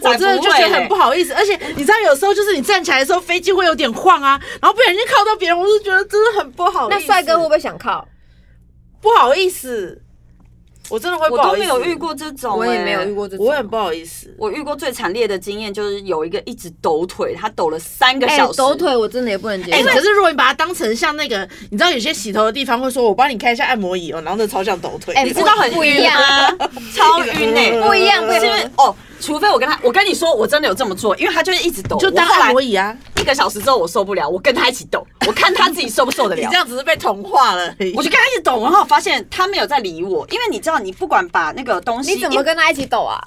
S2: 我真的就觉得很不好意思，而且你知道，有时候就是你站起来的时候，飞机会有点晃啊，然后不小心靠到别人，我就觉得真的很不好意
S1: 那
S2: 思。
S1: 帅哥会不会想靠？
S2: 不好意思，我真 的会不
S3: 我都
S2: 好意
S3: 没
S2: 思。
S3: 有遇，过这种、欸
S1: 我也没有遇。过这种，
S2: 我很不好意思。
S3: 我遇过最惨烈的经验就是有一个一直抖腿，他抖了三个
S1: 哎、
S3: 小时。
S1: 抖腿我真的也不能接
S2: 哎、
S1: 受。
S2: 可是如果你把它当成像那个，你知道有些洗头的地方会说，我帮你开一下按摩椅哦，然后那超像抖腿。
S1: 哎
S3: 你知道很
S1: 不一
S3: 晕吗？ 超晕呢、
S2: 不一
S1: 样不一样
S3: 是是哦，除非我跟他，我跟你说，我真的有这么做，因为他就是一直抖。
S2: 就当
S3: 我后来
S2: 按摩椅啊。
S3: 一个小时之后我受不了，我跟他一起 抖，我看他自己受不受得
S2: 你
S3: 了
S2: 这。样只是被同化了而已。
S3: 我就跟他一直抖，然后我发现他没有在理我，因为你知道，你不管把那个东西，
S1: 你怎么
S3: 因为
S1: 跟他一起抖啊？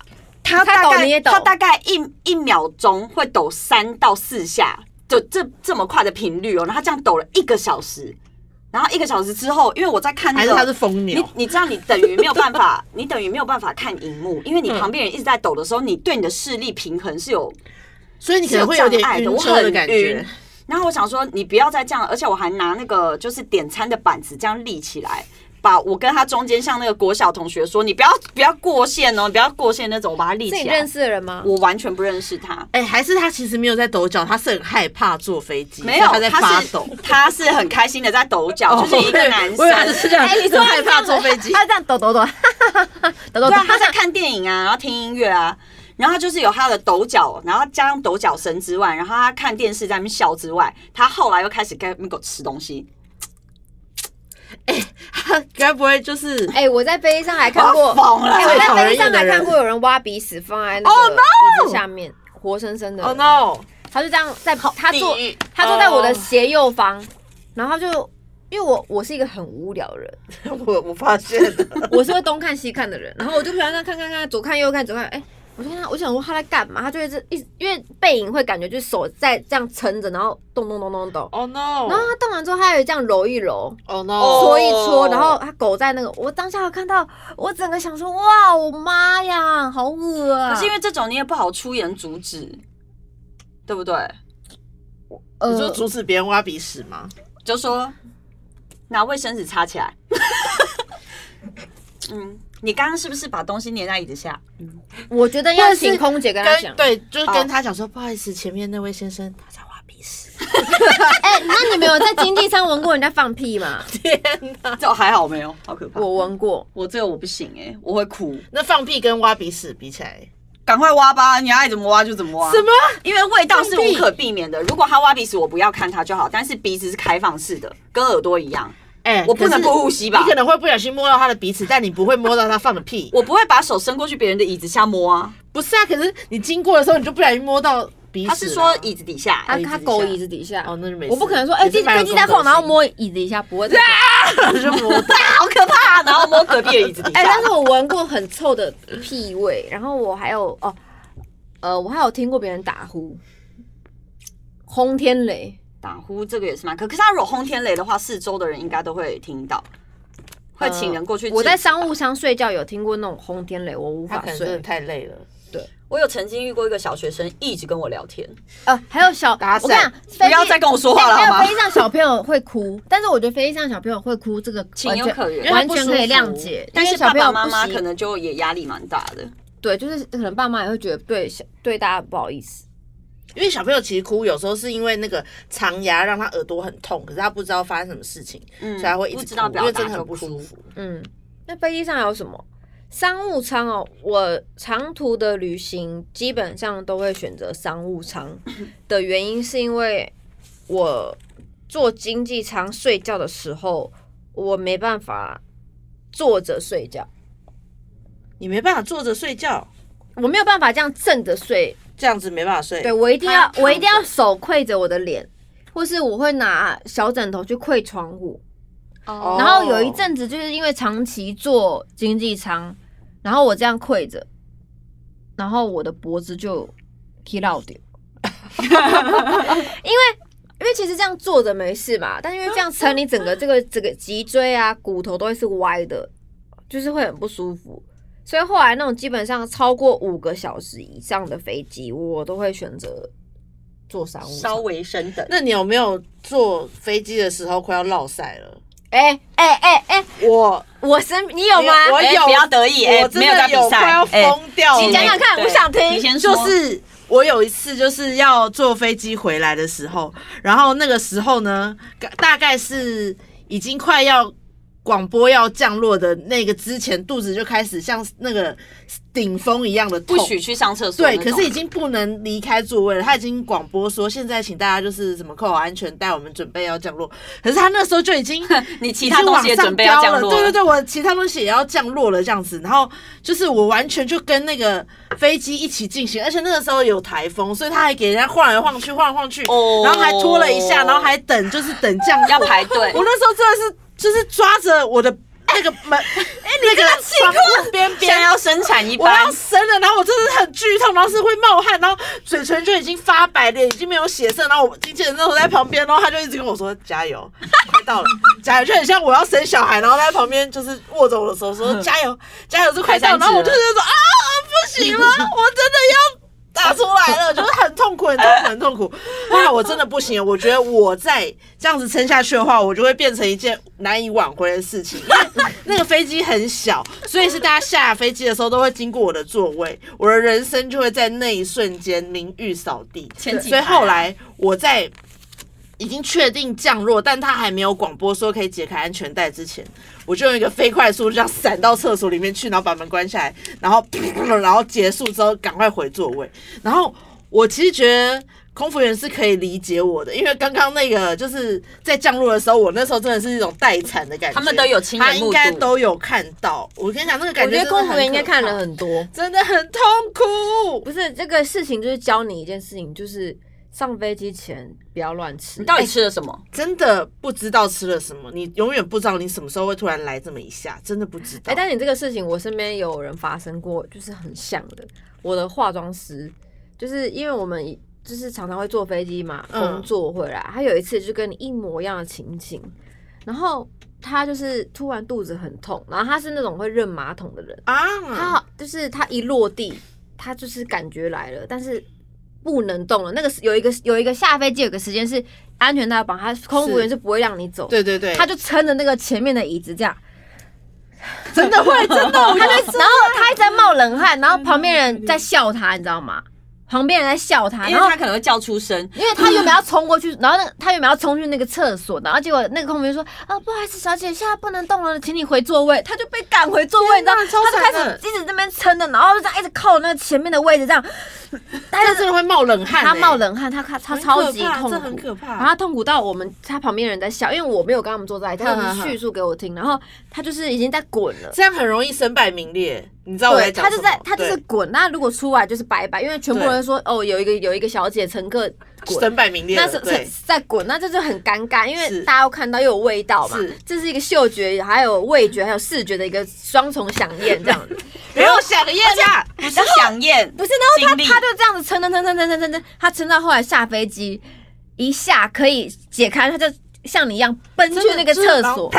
S1: 他
S3: 他大
S1: 抖
S3: 概
S1: 你也抖
S3: 他大概一一秒钟会抖三到四下，就这这么快的频率哦，然后他这样抖了一个小时，然后一个小时之后，因为我在看那
S2: 还
S3: 个，
S2: 是他是疯
S3: 你
S2: 牛，
S3: 你知道，你等于没有 办法，你等于没有办法看荧幕，因为你旁
S2: 嗯
S3: 边人一直在抖的时候，你对你的视力平衡是有。
S2: 所以你可能会有点晕车的感
S3: 是有障碍的我很
S2: 觉
S3: 晕。然后我想说，你不要再这样，而且我还拿那个就是点餐的板子这样立起来，把我跟他中间像那个国小同学说，你不要不要过线哦，你不要过线那种，我把它立
S1: 是你
S3: 起
S1: 认
S3: 来。
S1: 识的人吗？
S3: 我完全不认识他，
S2: 哎、还是他其实没有在抖脚，他是很害怕坐飞机，
S3: 没有，
S2: 所以他在发
S3: 是
S2: 抖。哦
S3: 他是很开心的在抖脚，就是一个男
S2: 我以为他
S3: 生。
S2: 是这样，
S1: 哎你说
S2: 很害怕坐飞机。
S1: 他这样抖抖抖， 哈哈哈抖抖
S3: 对
S1: 抖
S3: 啊，。他 在看电影啊，然后听音乐啊，然后他就是有他的抖脚，然后加上抖脚声之外，然后他看电视在那边笑之外，他后来又开始跟那个吃东西，
S2: 该不会就是
S1: 哎、我在飞机上还看过，
S3: 疯了
S1: 哎我
S2: 最讨
S1: 在飞
S2: 人
S1: 机上
S2: 厌
S1: 还
S2: 的
S1: 看
S2: 人
S1: 过有人挖鼻屎放在那个椅子下面，活生生的。
S2: ？Oh no！
S1: 他就这样在他坐
S3: 地狱
S1: 他坐在我的斜右
S2: 哦
S1: 方，然后他就因为我我是一个很无聊的人，
S2: 我我发现了，
S1: 我是会东看西看的人，然后我就喜欢这样看看看，左看右看左看，哎、我就看他，我就想说他在干嘛，他就一直一直因为背影会感觉就是手在这样撑着，然后动动动动动，
S2: Oh
S1: 然后
S2: no！Oh
S1: 他动完之后，他也这样揉一揉。
S2: no！
S1: 搓一搓，然后他狗在那个，我当下有看到，我整个想说，哇，我妈呀，好恶啊！
S3: 可 是因为这种你也不好出言阻止，对不对？
S2: 你说
S1: 呃，
S2: 阻止别人挖鼻屎吗？
S3: 就说拿卫生纸擦起来。嗯，你刚刚是不是把东西粘在椅子下？
S1: 我觉得要请空姐跟他讲
S2: 跟。对，就是
S3: 哦
S2: 跟他讲说，不好意思，前面那位先生他在挖鼻屎。
S1: 哎、那你们有在经济舱闻过人家放屁吗？
S3: 这哦还好没有，好可怕。
S1: 我闻过，
S3: 我这个我不行哎、我会哭。
S2: 那放屁跟挖鼻屎比起来，
S3: 赶快挖吧，你爱怎么挖就怎么挖。
S2: 什么？
S3: 因为味道是无可避免的。如果他挖鼻屎，我不要看他就好。但是鼻子是开放式的，跟耳朵一样，
S2: 哎，
S3: 我不能
S2: 可是
S3: 不呼吸吧
S2: 你可能会不小心摸到他的鼻屎，但你不会摸到他放的屁。
S3: 我不会把手伸过去别人的椅子下摸啊。
S2: 不是啊，可是你经过的时候，你就不小心摸到鼻屎啊
S3: 他
S2: 了。
S3: 是说椅子底下，
S1: 他
S3: 椅子
S1: 啊他
S3: 底
S1: 狗
S3: 下
S1: 椅子底下，
S2: 哦，那就没事。
S1: 我不可能说，哎、
S2: 也
S1: 飞
S2: 是
S1: 机
S2: 蛮有
S1: 飞机在晃，
S2: 公德
S1: 然后
S2: 心
S1: 摸椅子一下，不会这样。
S3: 啊
S2: 就摸到。
S3: 好可怕、然后摸隔壁的椅子底 下。
S1: 哎、但是我闻过很臭的屁味，然后我还有哦，呃，我还有听过别人打呼，轰天雷，
S3: 打呼这个也是蛮可，可是他如果轰天雷的话，四周的人应该都会听到，会请人过去制止吧、
S1: 呃我在商务舱睡觉有听过那种轰天雷，我无
S2: 他
S1: 法
S2: 可能真的
S1: 睡。
S2: 太累了。
S3: 我有曾经遇过一个小学生一直跟我聊天，
S1: 呃，还有小，
S2: 打伞
S1: 我跟你讲，
S3: 不
S1: 飞
S3: 要
S1: 机
S3: 再跟我说话了
S1: 还
S3: 好
S1: 有
S3: 吗
S1: 飞？机上小朋友会哭，但是我觉得飞机上小朋友会哭这个
S3: 情有
S1: 完全
S3: 可原
S1: 完全可以谅解。
S3: 但
S1: 因
S3: 是
S1: 为小
S3: 爸
S1: 朋友
S3: 爸
S1: 不
S3: 妈妈
S1: 习
S3: 可能就也压力蛮大的。
S1: 对，就是可能爸妈也会觉得对小对大家不好意思。
S2: 因为小朋友其实哭有时候是因为那个长牙让他耳朵很痛，可是他不知道发生什么事情，
S5: 嗯
S2: 所以他会一
S5: 不
S2: 直
S5: 知道
S2: 哭，因
S5: 表
S2: 为
S5: 达
S2: 真的
S5: 就
S2: 很
S5: 不
S2: 不
S5: 舒
S2: 舒
S5: 服
S2: 服。
S1: 嗯，那飞机上有什么？商务舱哦，我长途的旅行基本上都会选择商 务舱的原因，是因为我坐经济舱睡觉的时候，我没办法坐着睡觉，
S2: 你没办法坐着睡觉，
S1: 我没有办法这样正着睡，
S2: 这样子没办法睡。
S1: 对我一定要
S5: 躺着
S1: 我一定要手跪着我的脸，或是我会拿小枕头去跪窗户。
S5: 哦
S1: 然后有一阵子就是因为长期坐经济舱，然后我这样跪着，然后我的脖子就踢到掉，因为。因为其实这样坐着没事嘛，但因为这样撑你整个这个整个脊椎啊、骨头都会是歪的，就是会很不舒服。所以后来那种基本上超过五个小时以上的飞机，我都会选择坐商务舱。
S5: 稍微升等，
S2: 那你有没有坐飞机的时候快要落塞了？
S1: 哎哎哎哎，
S2: 我
S1: 我身你有吗？
S2: 我
S5: 哎
S2: 有，
S5: 不要得意哎
S2: 我真
S5: 没有在
S2: 的
S5: 比
S2: 有
S5: 赛
S2: 快要
S5: 哎
S2: 疯掉了。
S1: 你讲讲看，
S5: 对
S1: 我想听。
S5: 你先说
S2: 就是我有一次就是要坐飞机回来的时候，然后那个时候呢，大概是已经快要广播要降落的那个之前，肚子就开始像那个顶峰一样的痛
S5: 不。许去上厕所那
S2: 对，
S5: 种。
S2: 可是已经不能离开座位了。他已经广播说，现在请大家就是什么扣好安全带，我们准备要降落。可是他那时候就已经
S5: 你其他东西也准备要降落，
S2: 对对对，我其他东西也要降落了这样子，然后就是我完全就跟那个飞机一起进行，而且那个时候有台风，所以他还给人家晃来晃去，晃来晃去，
S5: 哦
S2: 然后还拖了一下，然后还等就是等降落
S5: 要排队
S2: 我。那时候真的是就是抓着我的那个 门，哎、那个窗户边边
S5: 像要生产一
S2: 我
S5: 般
S2: 要，生了，然后我真的是很剧痛，然后是会冒汗，然后嘴唇就已经发白，脸已经没有血色，然后我经纪人那时候在旁边，然后他就一直跟我说加油， 快到了，加油，就很像我要生小孩，然后他在旁边就是握着我的手说加油，加油，就快到了，
S5: 快三指了
S2: 然后我就觉得说啊 不行了，我真的要。打出来了，就是很痛苦，很痛苦，很痛苦。 后来我真的不行了，我觉得我再这样子撑下去的话，我就会变成一件难以挽回的事情。因为那个飞机很小，所以是大家下飞机的时候都会经过我的座位，我的人生就会在那一瞬间名誉扫地。
S5: 前几排
S2: 所以后来我在已经确定降落，但他还没有广播说可以解开安全带之前，我就用一个飞快速度这样闪到厕所里面去，然后把门关下来，然后然后结束之后赶快回座位。然后我其实觉得空服员是可以理解我的，因为刚刚那个就是在降落的时候，我那时候真的是一种待产的感觉。
S5: 他们都有亲眼
S2: 他
S5: 目睹
S2: 应该都有看到。我跟你讲，那个感
S1: 我觉
S2: 觉
S1: 得空服员应该看
S2: 了，
S1: 了很多。
S2: 真的很痛苦。
S1: 不是这个事情，就是教你一件事情，就是上飞机前不要乱吃哎
S5: 你。到底吃了什么？
S2: 真的不知道吃了什么，你永远不知道你什么时候会突然来这么一下，真的不知道。
S1: 哎、但你这个事情，我身边有人发生过，就是很像的。我的化妆师，就是因为我们以就是常常会坐飞机嘛，
S2: 嗯
S1: 工作回来，他有一次就跟你一模一样的情景，然后他就是突然肚子很痛，然后他是那种会认马桶的人，
S2: 啊，
S1: 他就是他一落地，他就是感觉来了，但是不能动了。那个是有一个有一个下飞机有个时间是安全带绑，他空服员是不会让你走，
S2: 对对对，
S1: 他就撑着那个前面的椅子这 样，
S2: 真的会，真的
S1: 他就 然后他一直在冒冷汗，然后旁边人在笑他，你知道吗？旁边人在笑他，
S5: 因
S1: 然
S5: 为
S1: 后
S5: 他可能会叫出声，
S1: 因为他原本要冲过去，然后那个他原本要冲去那个厕所，然后结果那个空服员说：“啊，不好意思，小姐，现在不能动了，请你回座位。”他就被赶回座位，你知道吗，
S2: 超
S1: 他就
S2: 惨
S1: 开
S2: 的
S1: 始一直这边撑着，然后就这样一直靠那个前面的位置，这样，他
S2: 他
S1: 就是
S2: 真的会冒冷汗欸，
S1: 他冒冷汗，他他他
S2: 很可
S1: 超级
S2: 怕
S1: 痛
S2: 这很
S1: 苦，
S2: 可怕。
S1: 然后他痛苦到我们他旁边人在笑，因为我没有跟他们坐在一起，他
S2: 哼
S1: 们
S2: 哼哼
S1: 叙述给我听，然后他就是已经在滚了。
S2: 这样很容易身败名裂，你知道我
S1: 对
S2: 在讲
S1: 他就
S2: 什
S1: 在
S2: 么
S1: 他就是
S2: 对
S1: 滚，那如果出来就是拜拜，因为全部
S2: 对
S1: 人说哦有一个有一个小姐乘客滚，
S2: 身败名裂了，
S1: 那是
S2: 对
S1: 是在滚，那这就很尴尬，因
S2: 是
S1: 为大家都看到又有味道嘛
S2: 是，
S1: 这是一个嗅觉、还有味觉、还有视觉的一个双重响应，这样子。
S2: 没有想个厌啦，
S5: 不是响宴，
S1: 不是，然后
S5: 经历
S1: 他他就这样子撑撑撑撑撑撑撑撑，他撑到后来下飞机一下可以解开，他就像你一样奔去那个厕所。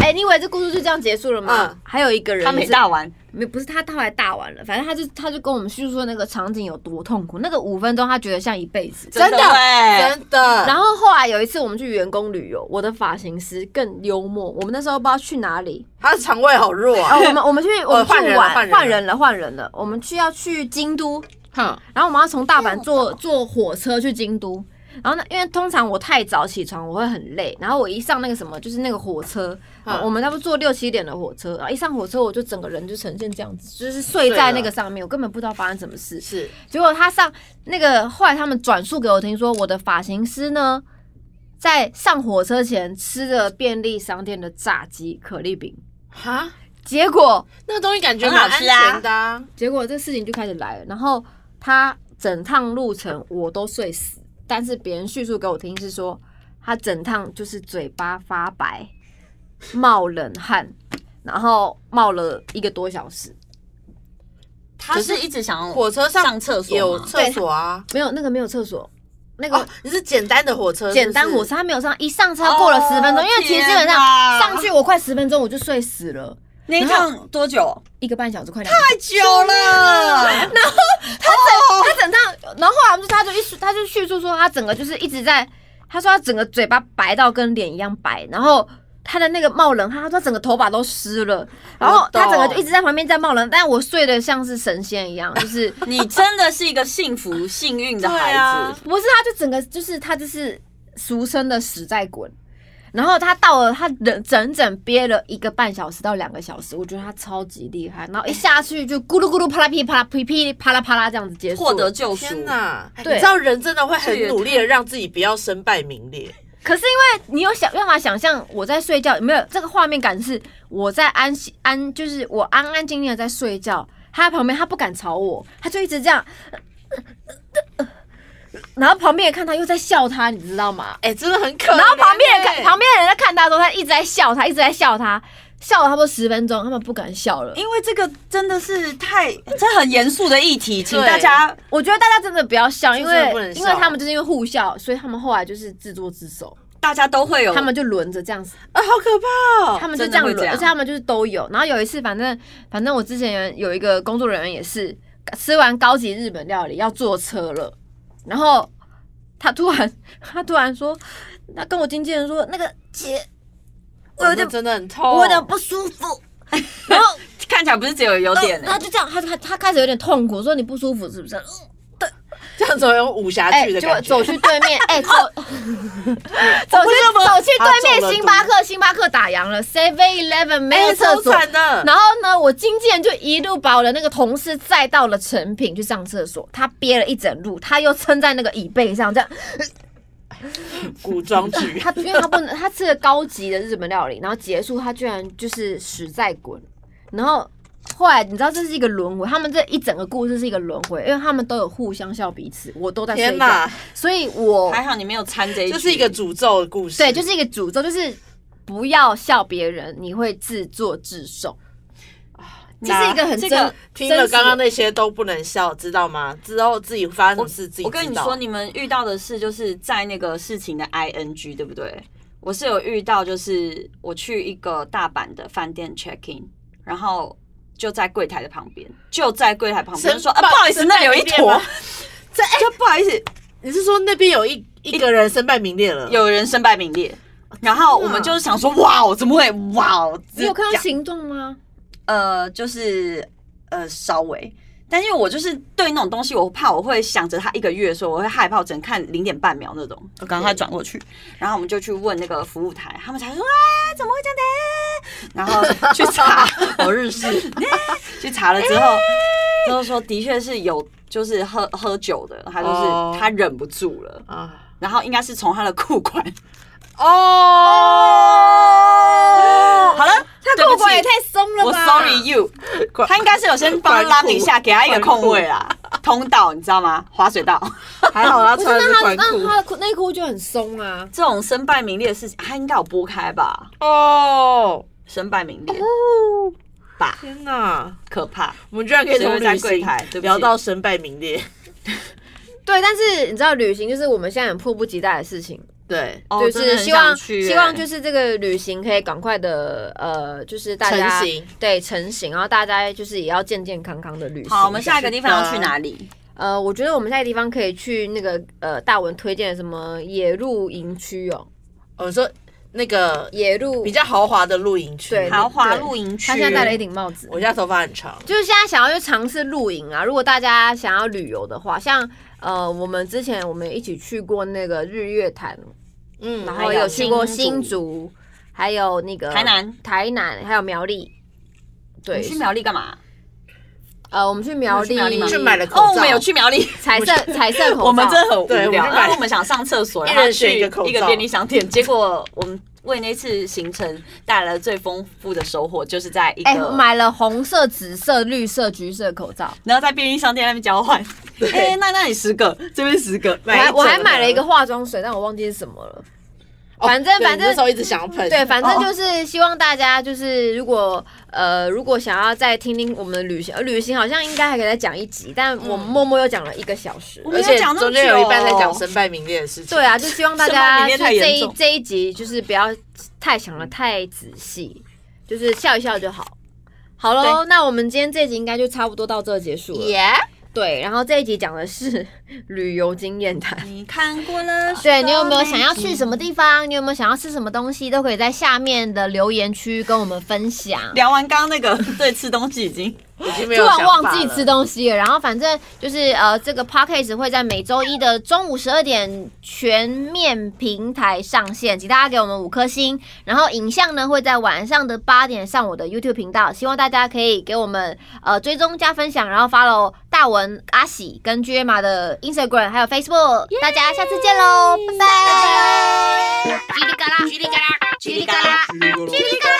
S1: 哎，你以为这故事就这样结束了吗
S2: 嗯？
S1: 还有一个人
S5: 他没
S1: 是
S5: 大完，
S1: 没不是他他后来大完了，反正他就他就跟我们叙述说那个场景有多痛苦，那个五分钟他觉得像一辈子。
S2: 真的
S3: 哎
S5: 对，
S2: 真的。
S1: 然后后来有一次我们去员工旅游，我的发型师更幽默。我们那时候不知道去哪 里，
S2: 他的肠胃好弱
S1: 哦，
S2: 啊，
S1: 我们我们去我们
S2: 换人
S1: 去
S2: 了
S1: 玩
S2: 换人了
S1: 换人了换人了，我们去要去京都，
S2: 哼，
S1: 然后我们要从大阪
S2: 哦
S1: 坐坐火车去京都。然后呢，因为通常我太早起床，我会很累。然后我一上那个什么，就是那个火车，
S2: 嗯
S1: 我们差不多坐六七点的火车，然后一上火车我就整个人就呈现这样子，就是睡在那个上面，我根本不知道发生什么事。
S2: 是
S1: 结果他上那个，后来他们转述给我听说，我的发型师呢，在上火车前吃了便利商店的炸鸡可丽饼，
S2: 哈，
S1: 结果
S2: 那个东西感觉
S3: 很好
S2: 蛮安
S3: 吃啊
S2: 全的啊。
S1: 结果这事情就开始来了，然后他整趟路程我都睡死，但是别人叙述给我听是说，他整趟就是嘴巴发白，冒冷汗，然后冒了一个多小时，
S3: 他是一直想要
S2: 火车上
S3: 上厕所吗
S2: 有厕所啊？
S1: 没有那个没有厕所，那个
S2: 哦，你是简单的火车，
S1: 简单火
S2: 是
S1: 车，他没有上，一上车过了
S3: 哦
S1: 十分钟，因为其实基本
S3: 天
S1: 上
S3: 哪
S1: 上去我快十分钟我就睡死了，
S3: 那一趟多久？
S1: 一个半小时快两个小时。
S3: 久了，
S1: 他整趟，然后后来我们就他就一他就叙述说他整个就是一直在，他说他整个嘴巴白到跟脸一样白，然后他的那个冒冷汗，他说他整个头发都湿了，然后他整个就一直在旁边在冒冷汗，但我睡得像是神仙一样，就是
S3: 你真的是一个幸福幸运的
S2: 对
S3: 孩
S2: 啊
S3: 子。
S1: 不是他就整个就是他就是俗称的死在滚。然后他到了，他整整整憋了一个半小时到两个小时，我觉得他超级厉害。然后一下去就咕噜咕噜啪啦噼啪啦噼噼啪啦啪啦这样子结束了。
S3: 获得救赎，
S2: 天哪！你
S1: 对
S2: 知道人真的会很努力的让自己不要身败名裂，
S1: 可是因为你有想办法想象我在睡觉，没有这个画面感是我在安息安，就是我安安静静的在睡觉，他在旁边他不敢吵我，他就一直这样，呃然后旁边人看他又在笑他，你知道吗？
S2: 哎，真的很可怜欸。
S1: 然后旁边人看旁边人在看他的时候，他一直在笑他，一直在笑他，笑了差不多十分钟，他们不敢笑了。
S3: 因为这个真的是太，这很严肃的议题，请
S2: 对
S3: 大家
S1: 我觉得大家真的不要笑，因
S2: 真的
S1: 为
S2: 不能笑
S1: 因为他们就是因为互笑，所以他们后来就是自作自受，
S3: 大家都会有
S1: 他们就轮着这样子
S2: 啊，好可怕哦！
S1: 他们就
S3: 真
S1: 这样
S3: 的会这
S1: 轮，
S3: 样
S1: 而且他们就是都有。然后有一次，反正反正我之前有有一个工作人员也是吃完高级日本料理要坐车了，然后他突然 他突然说，他跟我经纪人说那个姐，我有点
S2: 那真的很痛，
S1: 我有点不舒服。 然后
S3: 看起来不是只有有点、
S1: 哦
S3: 欸
S1: 他就这样，他他他开始有点痛苦，说你不舒服是不是？
S2: 这样子有武侠
S1: 哎、
S2: 剧的
S1: 结果
S2: 感觉。
S1: 走去对 面，哎、走走去走去对面星巴克，星巴克打烊了，Seven Eleven 没有
S2: 哎
S1: 厕
S2: 超
S1: 所，
S2: 惨的，
S1: 然后呢，我经纪人就一路把我的那个同事载到了成品去上厕所，他憋了一整路，他又撑在那个椅背上，这样
S2: 古装 剧
S1: 他因为他不能，他吃了高级的日本料理，然后结束他居然就是实在滚，然后。后来你知道这是一个轮回，他们这一整个故事是一个轮回，因为他们都有互相笑彼此，我都在睡
S2: 天
S1: 觉，
S2: 哪，
S1: 所以我
S3: 还好你没有掺这一句，
S2: 就是一个诅咒的故事。
S1: 对就是一个诅咒，就是不要笑别人，你会自作自受。这是一个很
S3: 这
S1: 真，
S3: 个
S2: 听了刚刚那些都不能笑，知道吗？之后自己发生什么事自己
S3: 我跟
S2: 知
S3: 你
S2: 道
S3: 说，你们遇到的事就是在那个事情的 ing 对不对？我是有遇到，就是我去一个大阪的饭店 check in，然后就在柜台的旁边，就在柜台旁边
S2: 神
S3: 就说啊，
S2: 爸
S3: 不好意思，
S2: 神
S3: 那里有一
S2: 饭店吗 哎
S3: 坨，这就不好意思，
S2: 你是说那边有一一个人身败名裂了？
S3: 有人身败名裂。
S1: 哦
S3: 然后我们就想说，哇哦，怎么会？哇哦，
S1: 啊你有看
S3: 这
S1: 到
S3: 样
S1: 行动吗？
S3: 呃，就是呃稍微，但因为我就是对那种东西，我怕我会想着它一个月，所以我会害怕，我只能看零点半秒那种，就赶快转过去。然后我们就去问那个服务台，他们才说啊，怎么会这样的？然 后去查，我日式， 哎去查了之后，之后说的确是有，就是喝喝酒的，他就
S2: 哦
S3: 是他忍不住了，
S2: 啊
S3: 然后应该是从他的裤管，
S2: 哦，
S3: 好了，他
S1: 裤管也太松了
S3: 我
S1: 吧
S3: sorry you，他应该是有先帮他拉一下，给他一个空位啦，通道你知道吗？滑水道
S2: 还好他
S1: 不
S2: 穿的是
S1: 那他
S2: 宽
S1: 那
S2: 裤
S1: 他的裤内裤就很松啊。
S3: 这种身败名裂的事情，他应该有拨开吧？
S2: 哦。
S3: 身败名 裂，
S2: 天哪，
S3: 可怕。
S2: 我们居然可以从
S3: 谁
S2: 旅
S3: 会在柜台
S2: 行
S3: 对不起
S2: 聊到身败名裂，
S1: 对，但是你知道，旅行就是我们现在很迫不及待的事情，
S2: 对，
S3: 哦
S1: 就
S3: 真的
S1: 是
S3: 很
S1: 希望
S3: 想去欸
S1: 希望就是这个旅行可以赶快的呃，就是大家
S2: 成型
S1: 对成型，然后大家就是也要健健康康的旅行。
S3: 好，我们下一个地方要去哪里？
S1: 呃，我觉得我们下一个地方可以去那个呃大文推荐的什么野鹿营区哦，
S2: 我说那个
S10: 野路
S2: 比较豪华的露营区。
S10: 对
S3: 豪华
S10: 对
S3: 露营区，
S1: 他现在戴了一顶帽子。
S2: 我现在头发很长，
S1: 就是现在想要去尝试露营啊，如果大家想要旅游的话，像呃，我们之前我们一起去过那个日月潭，
S2: 嗯，
S1: 然后
S3: 还有
S1: 有去过
S3: 新
S1: 新竹，还有那个
S3: 台南、
S1: 台南，还有苗栗。对
S3: 你，去苗栗干嘛？
S1: 呃，我们去苗
S3: 你
S1: 栗
S3: 们去苗栗吗
S2: 去买了口罩，
S3: 哦，我们有去苗栗，
S1: 彩色彩色口罩，
S3: 我们真的很
S2: 对
S3: 无
S2: 我
S3: 聊。
S2: 们就买
S3: 然后我们想上厕所，
S2: 一人
S3: 然后
S2: 选
S3: 去
S2: 一
S3: 一
S2: 个口罩
S3: 个便利商店，结果我们为那次行程带来了最丰富的收获，就是在一
S1: 哎、
S3: 个，
S1: 买了红色、紫色、绿色、橘色口罩，
S3: 然后在便利商店那边交换。哎，那那里十个，这边十个，
S1: 我
S2: 买一
S1: 还
S2: 整
S1: 我还买了一
S2: 盒
S1: 个化妆水，但我忘记是什么了。
S2: 哦
S1: 反正
S2: 对
S1: 反正
S2: 你那时候一直想要喷，
S1: 对，反正就是希望大家就是如果呃如果想要再听听我们的旅行，呃旅行好像应该还可以再讲一集，但我们默默又讲了一个小时。
S3: 我
S2: 而
S3: 们
S2: 且
S3: 要讲那么
S2: 中间有一半在讲
S3: 久
S2: 身败名裂的事情。
S1: 对 啊，就希望大
S3: 生怕
S1: 家
S3: 里
S1: 就
S3: 面
S1: 是
S3: 太
S1: 这
S3: 严
S1: 一
S3: 重
S1: 这一集就是不要太想的太仔细，就是笑一笑就好。好喽，那我们今天这集应该就差不多到这结束了。对，然后这一集讲的是旅游经验谈。嗯
S3: 你看过了，
S1: 对你有没有想要去什么地方？你有没有想要吃什么东西？都可以在下面的留言区跟我们分享。
S3: 聊完刚刚那个对吃东西已经
S2: 已经没
S1: 突
S2: 有想
S1: 然
S2: 法
S1: 忘记
S2: 了
S1: 吃东西了，然后反正就是呃，这个 podcast 会在每周一的中午十二点全面平台上线，请大家给我们五颗星。然后影像呢会在晚上的八点上我的 YouTube 频道，希望大家可以给我们呃追踪加分享，然后 follow 大文阿喜跟 G M 的 Instagram 还有 Facebook，大家下次见喽，拜拜
S11: 叽里嘎啦，叽里嘎啦，叽里嘎啦，叽里嘎啦。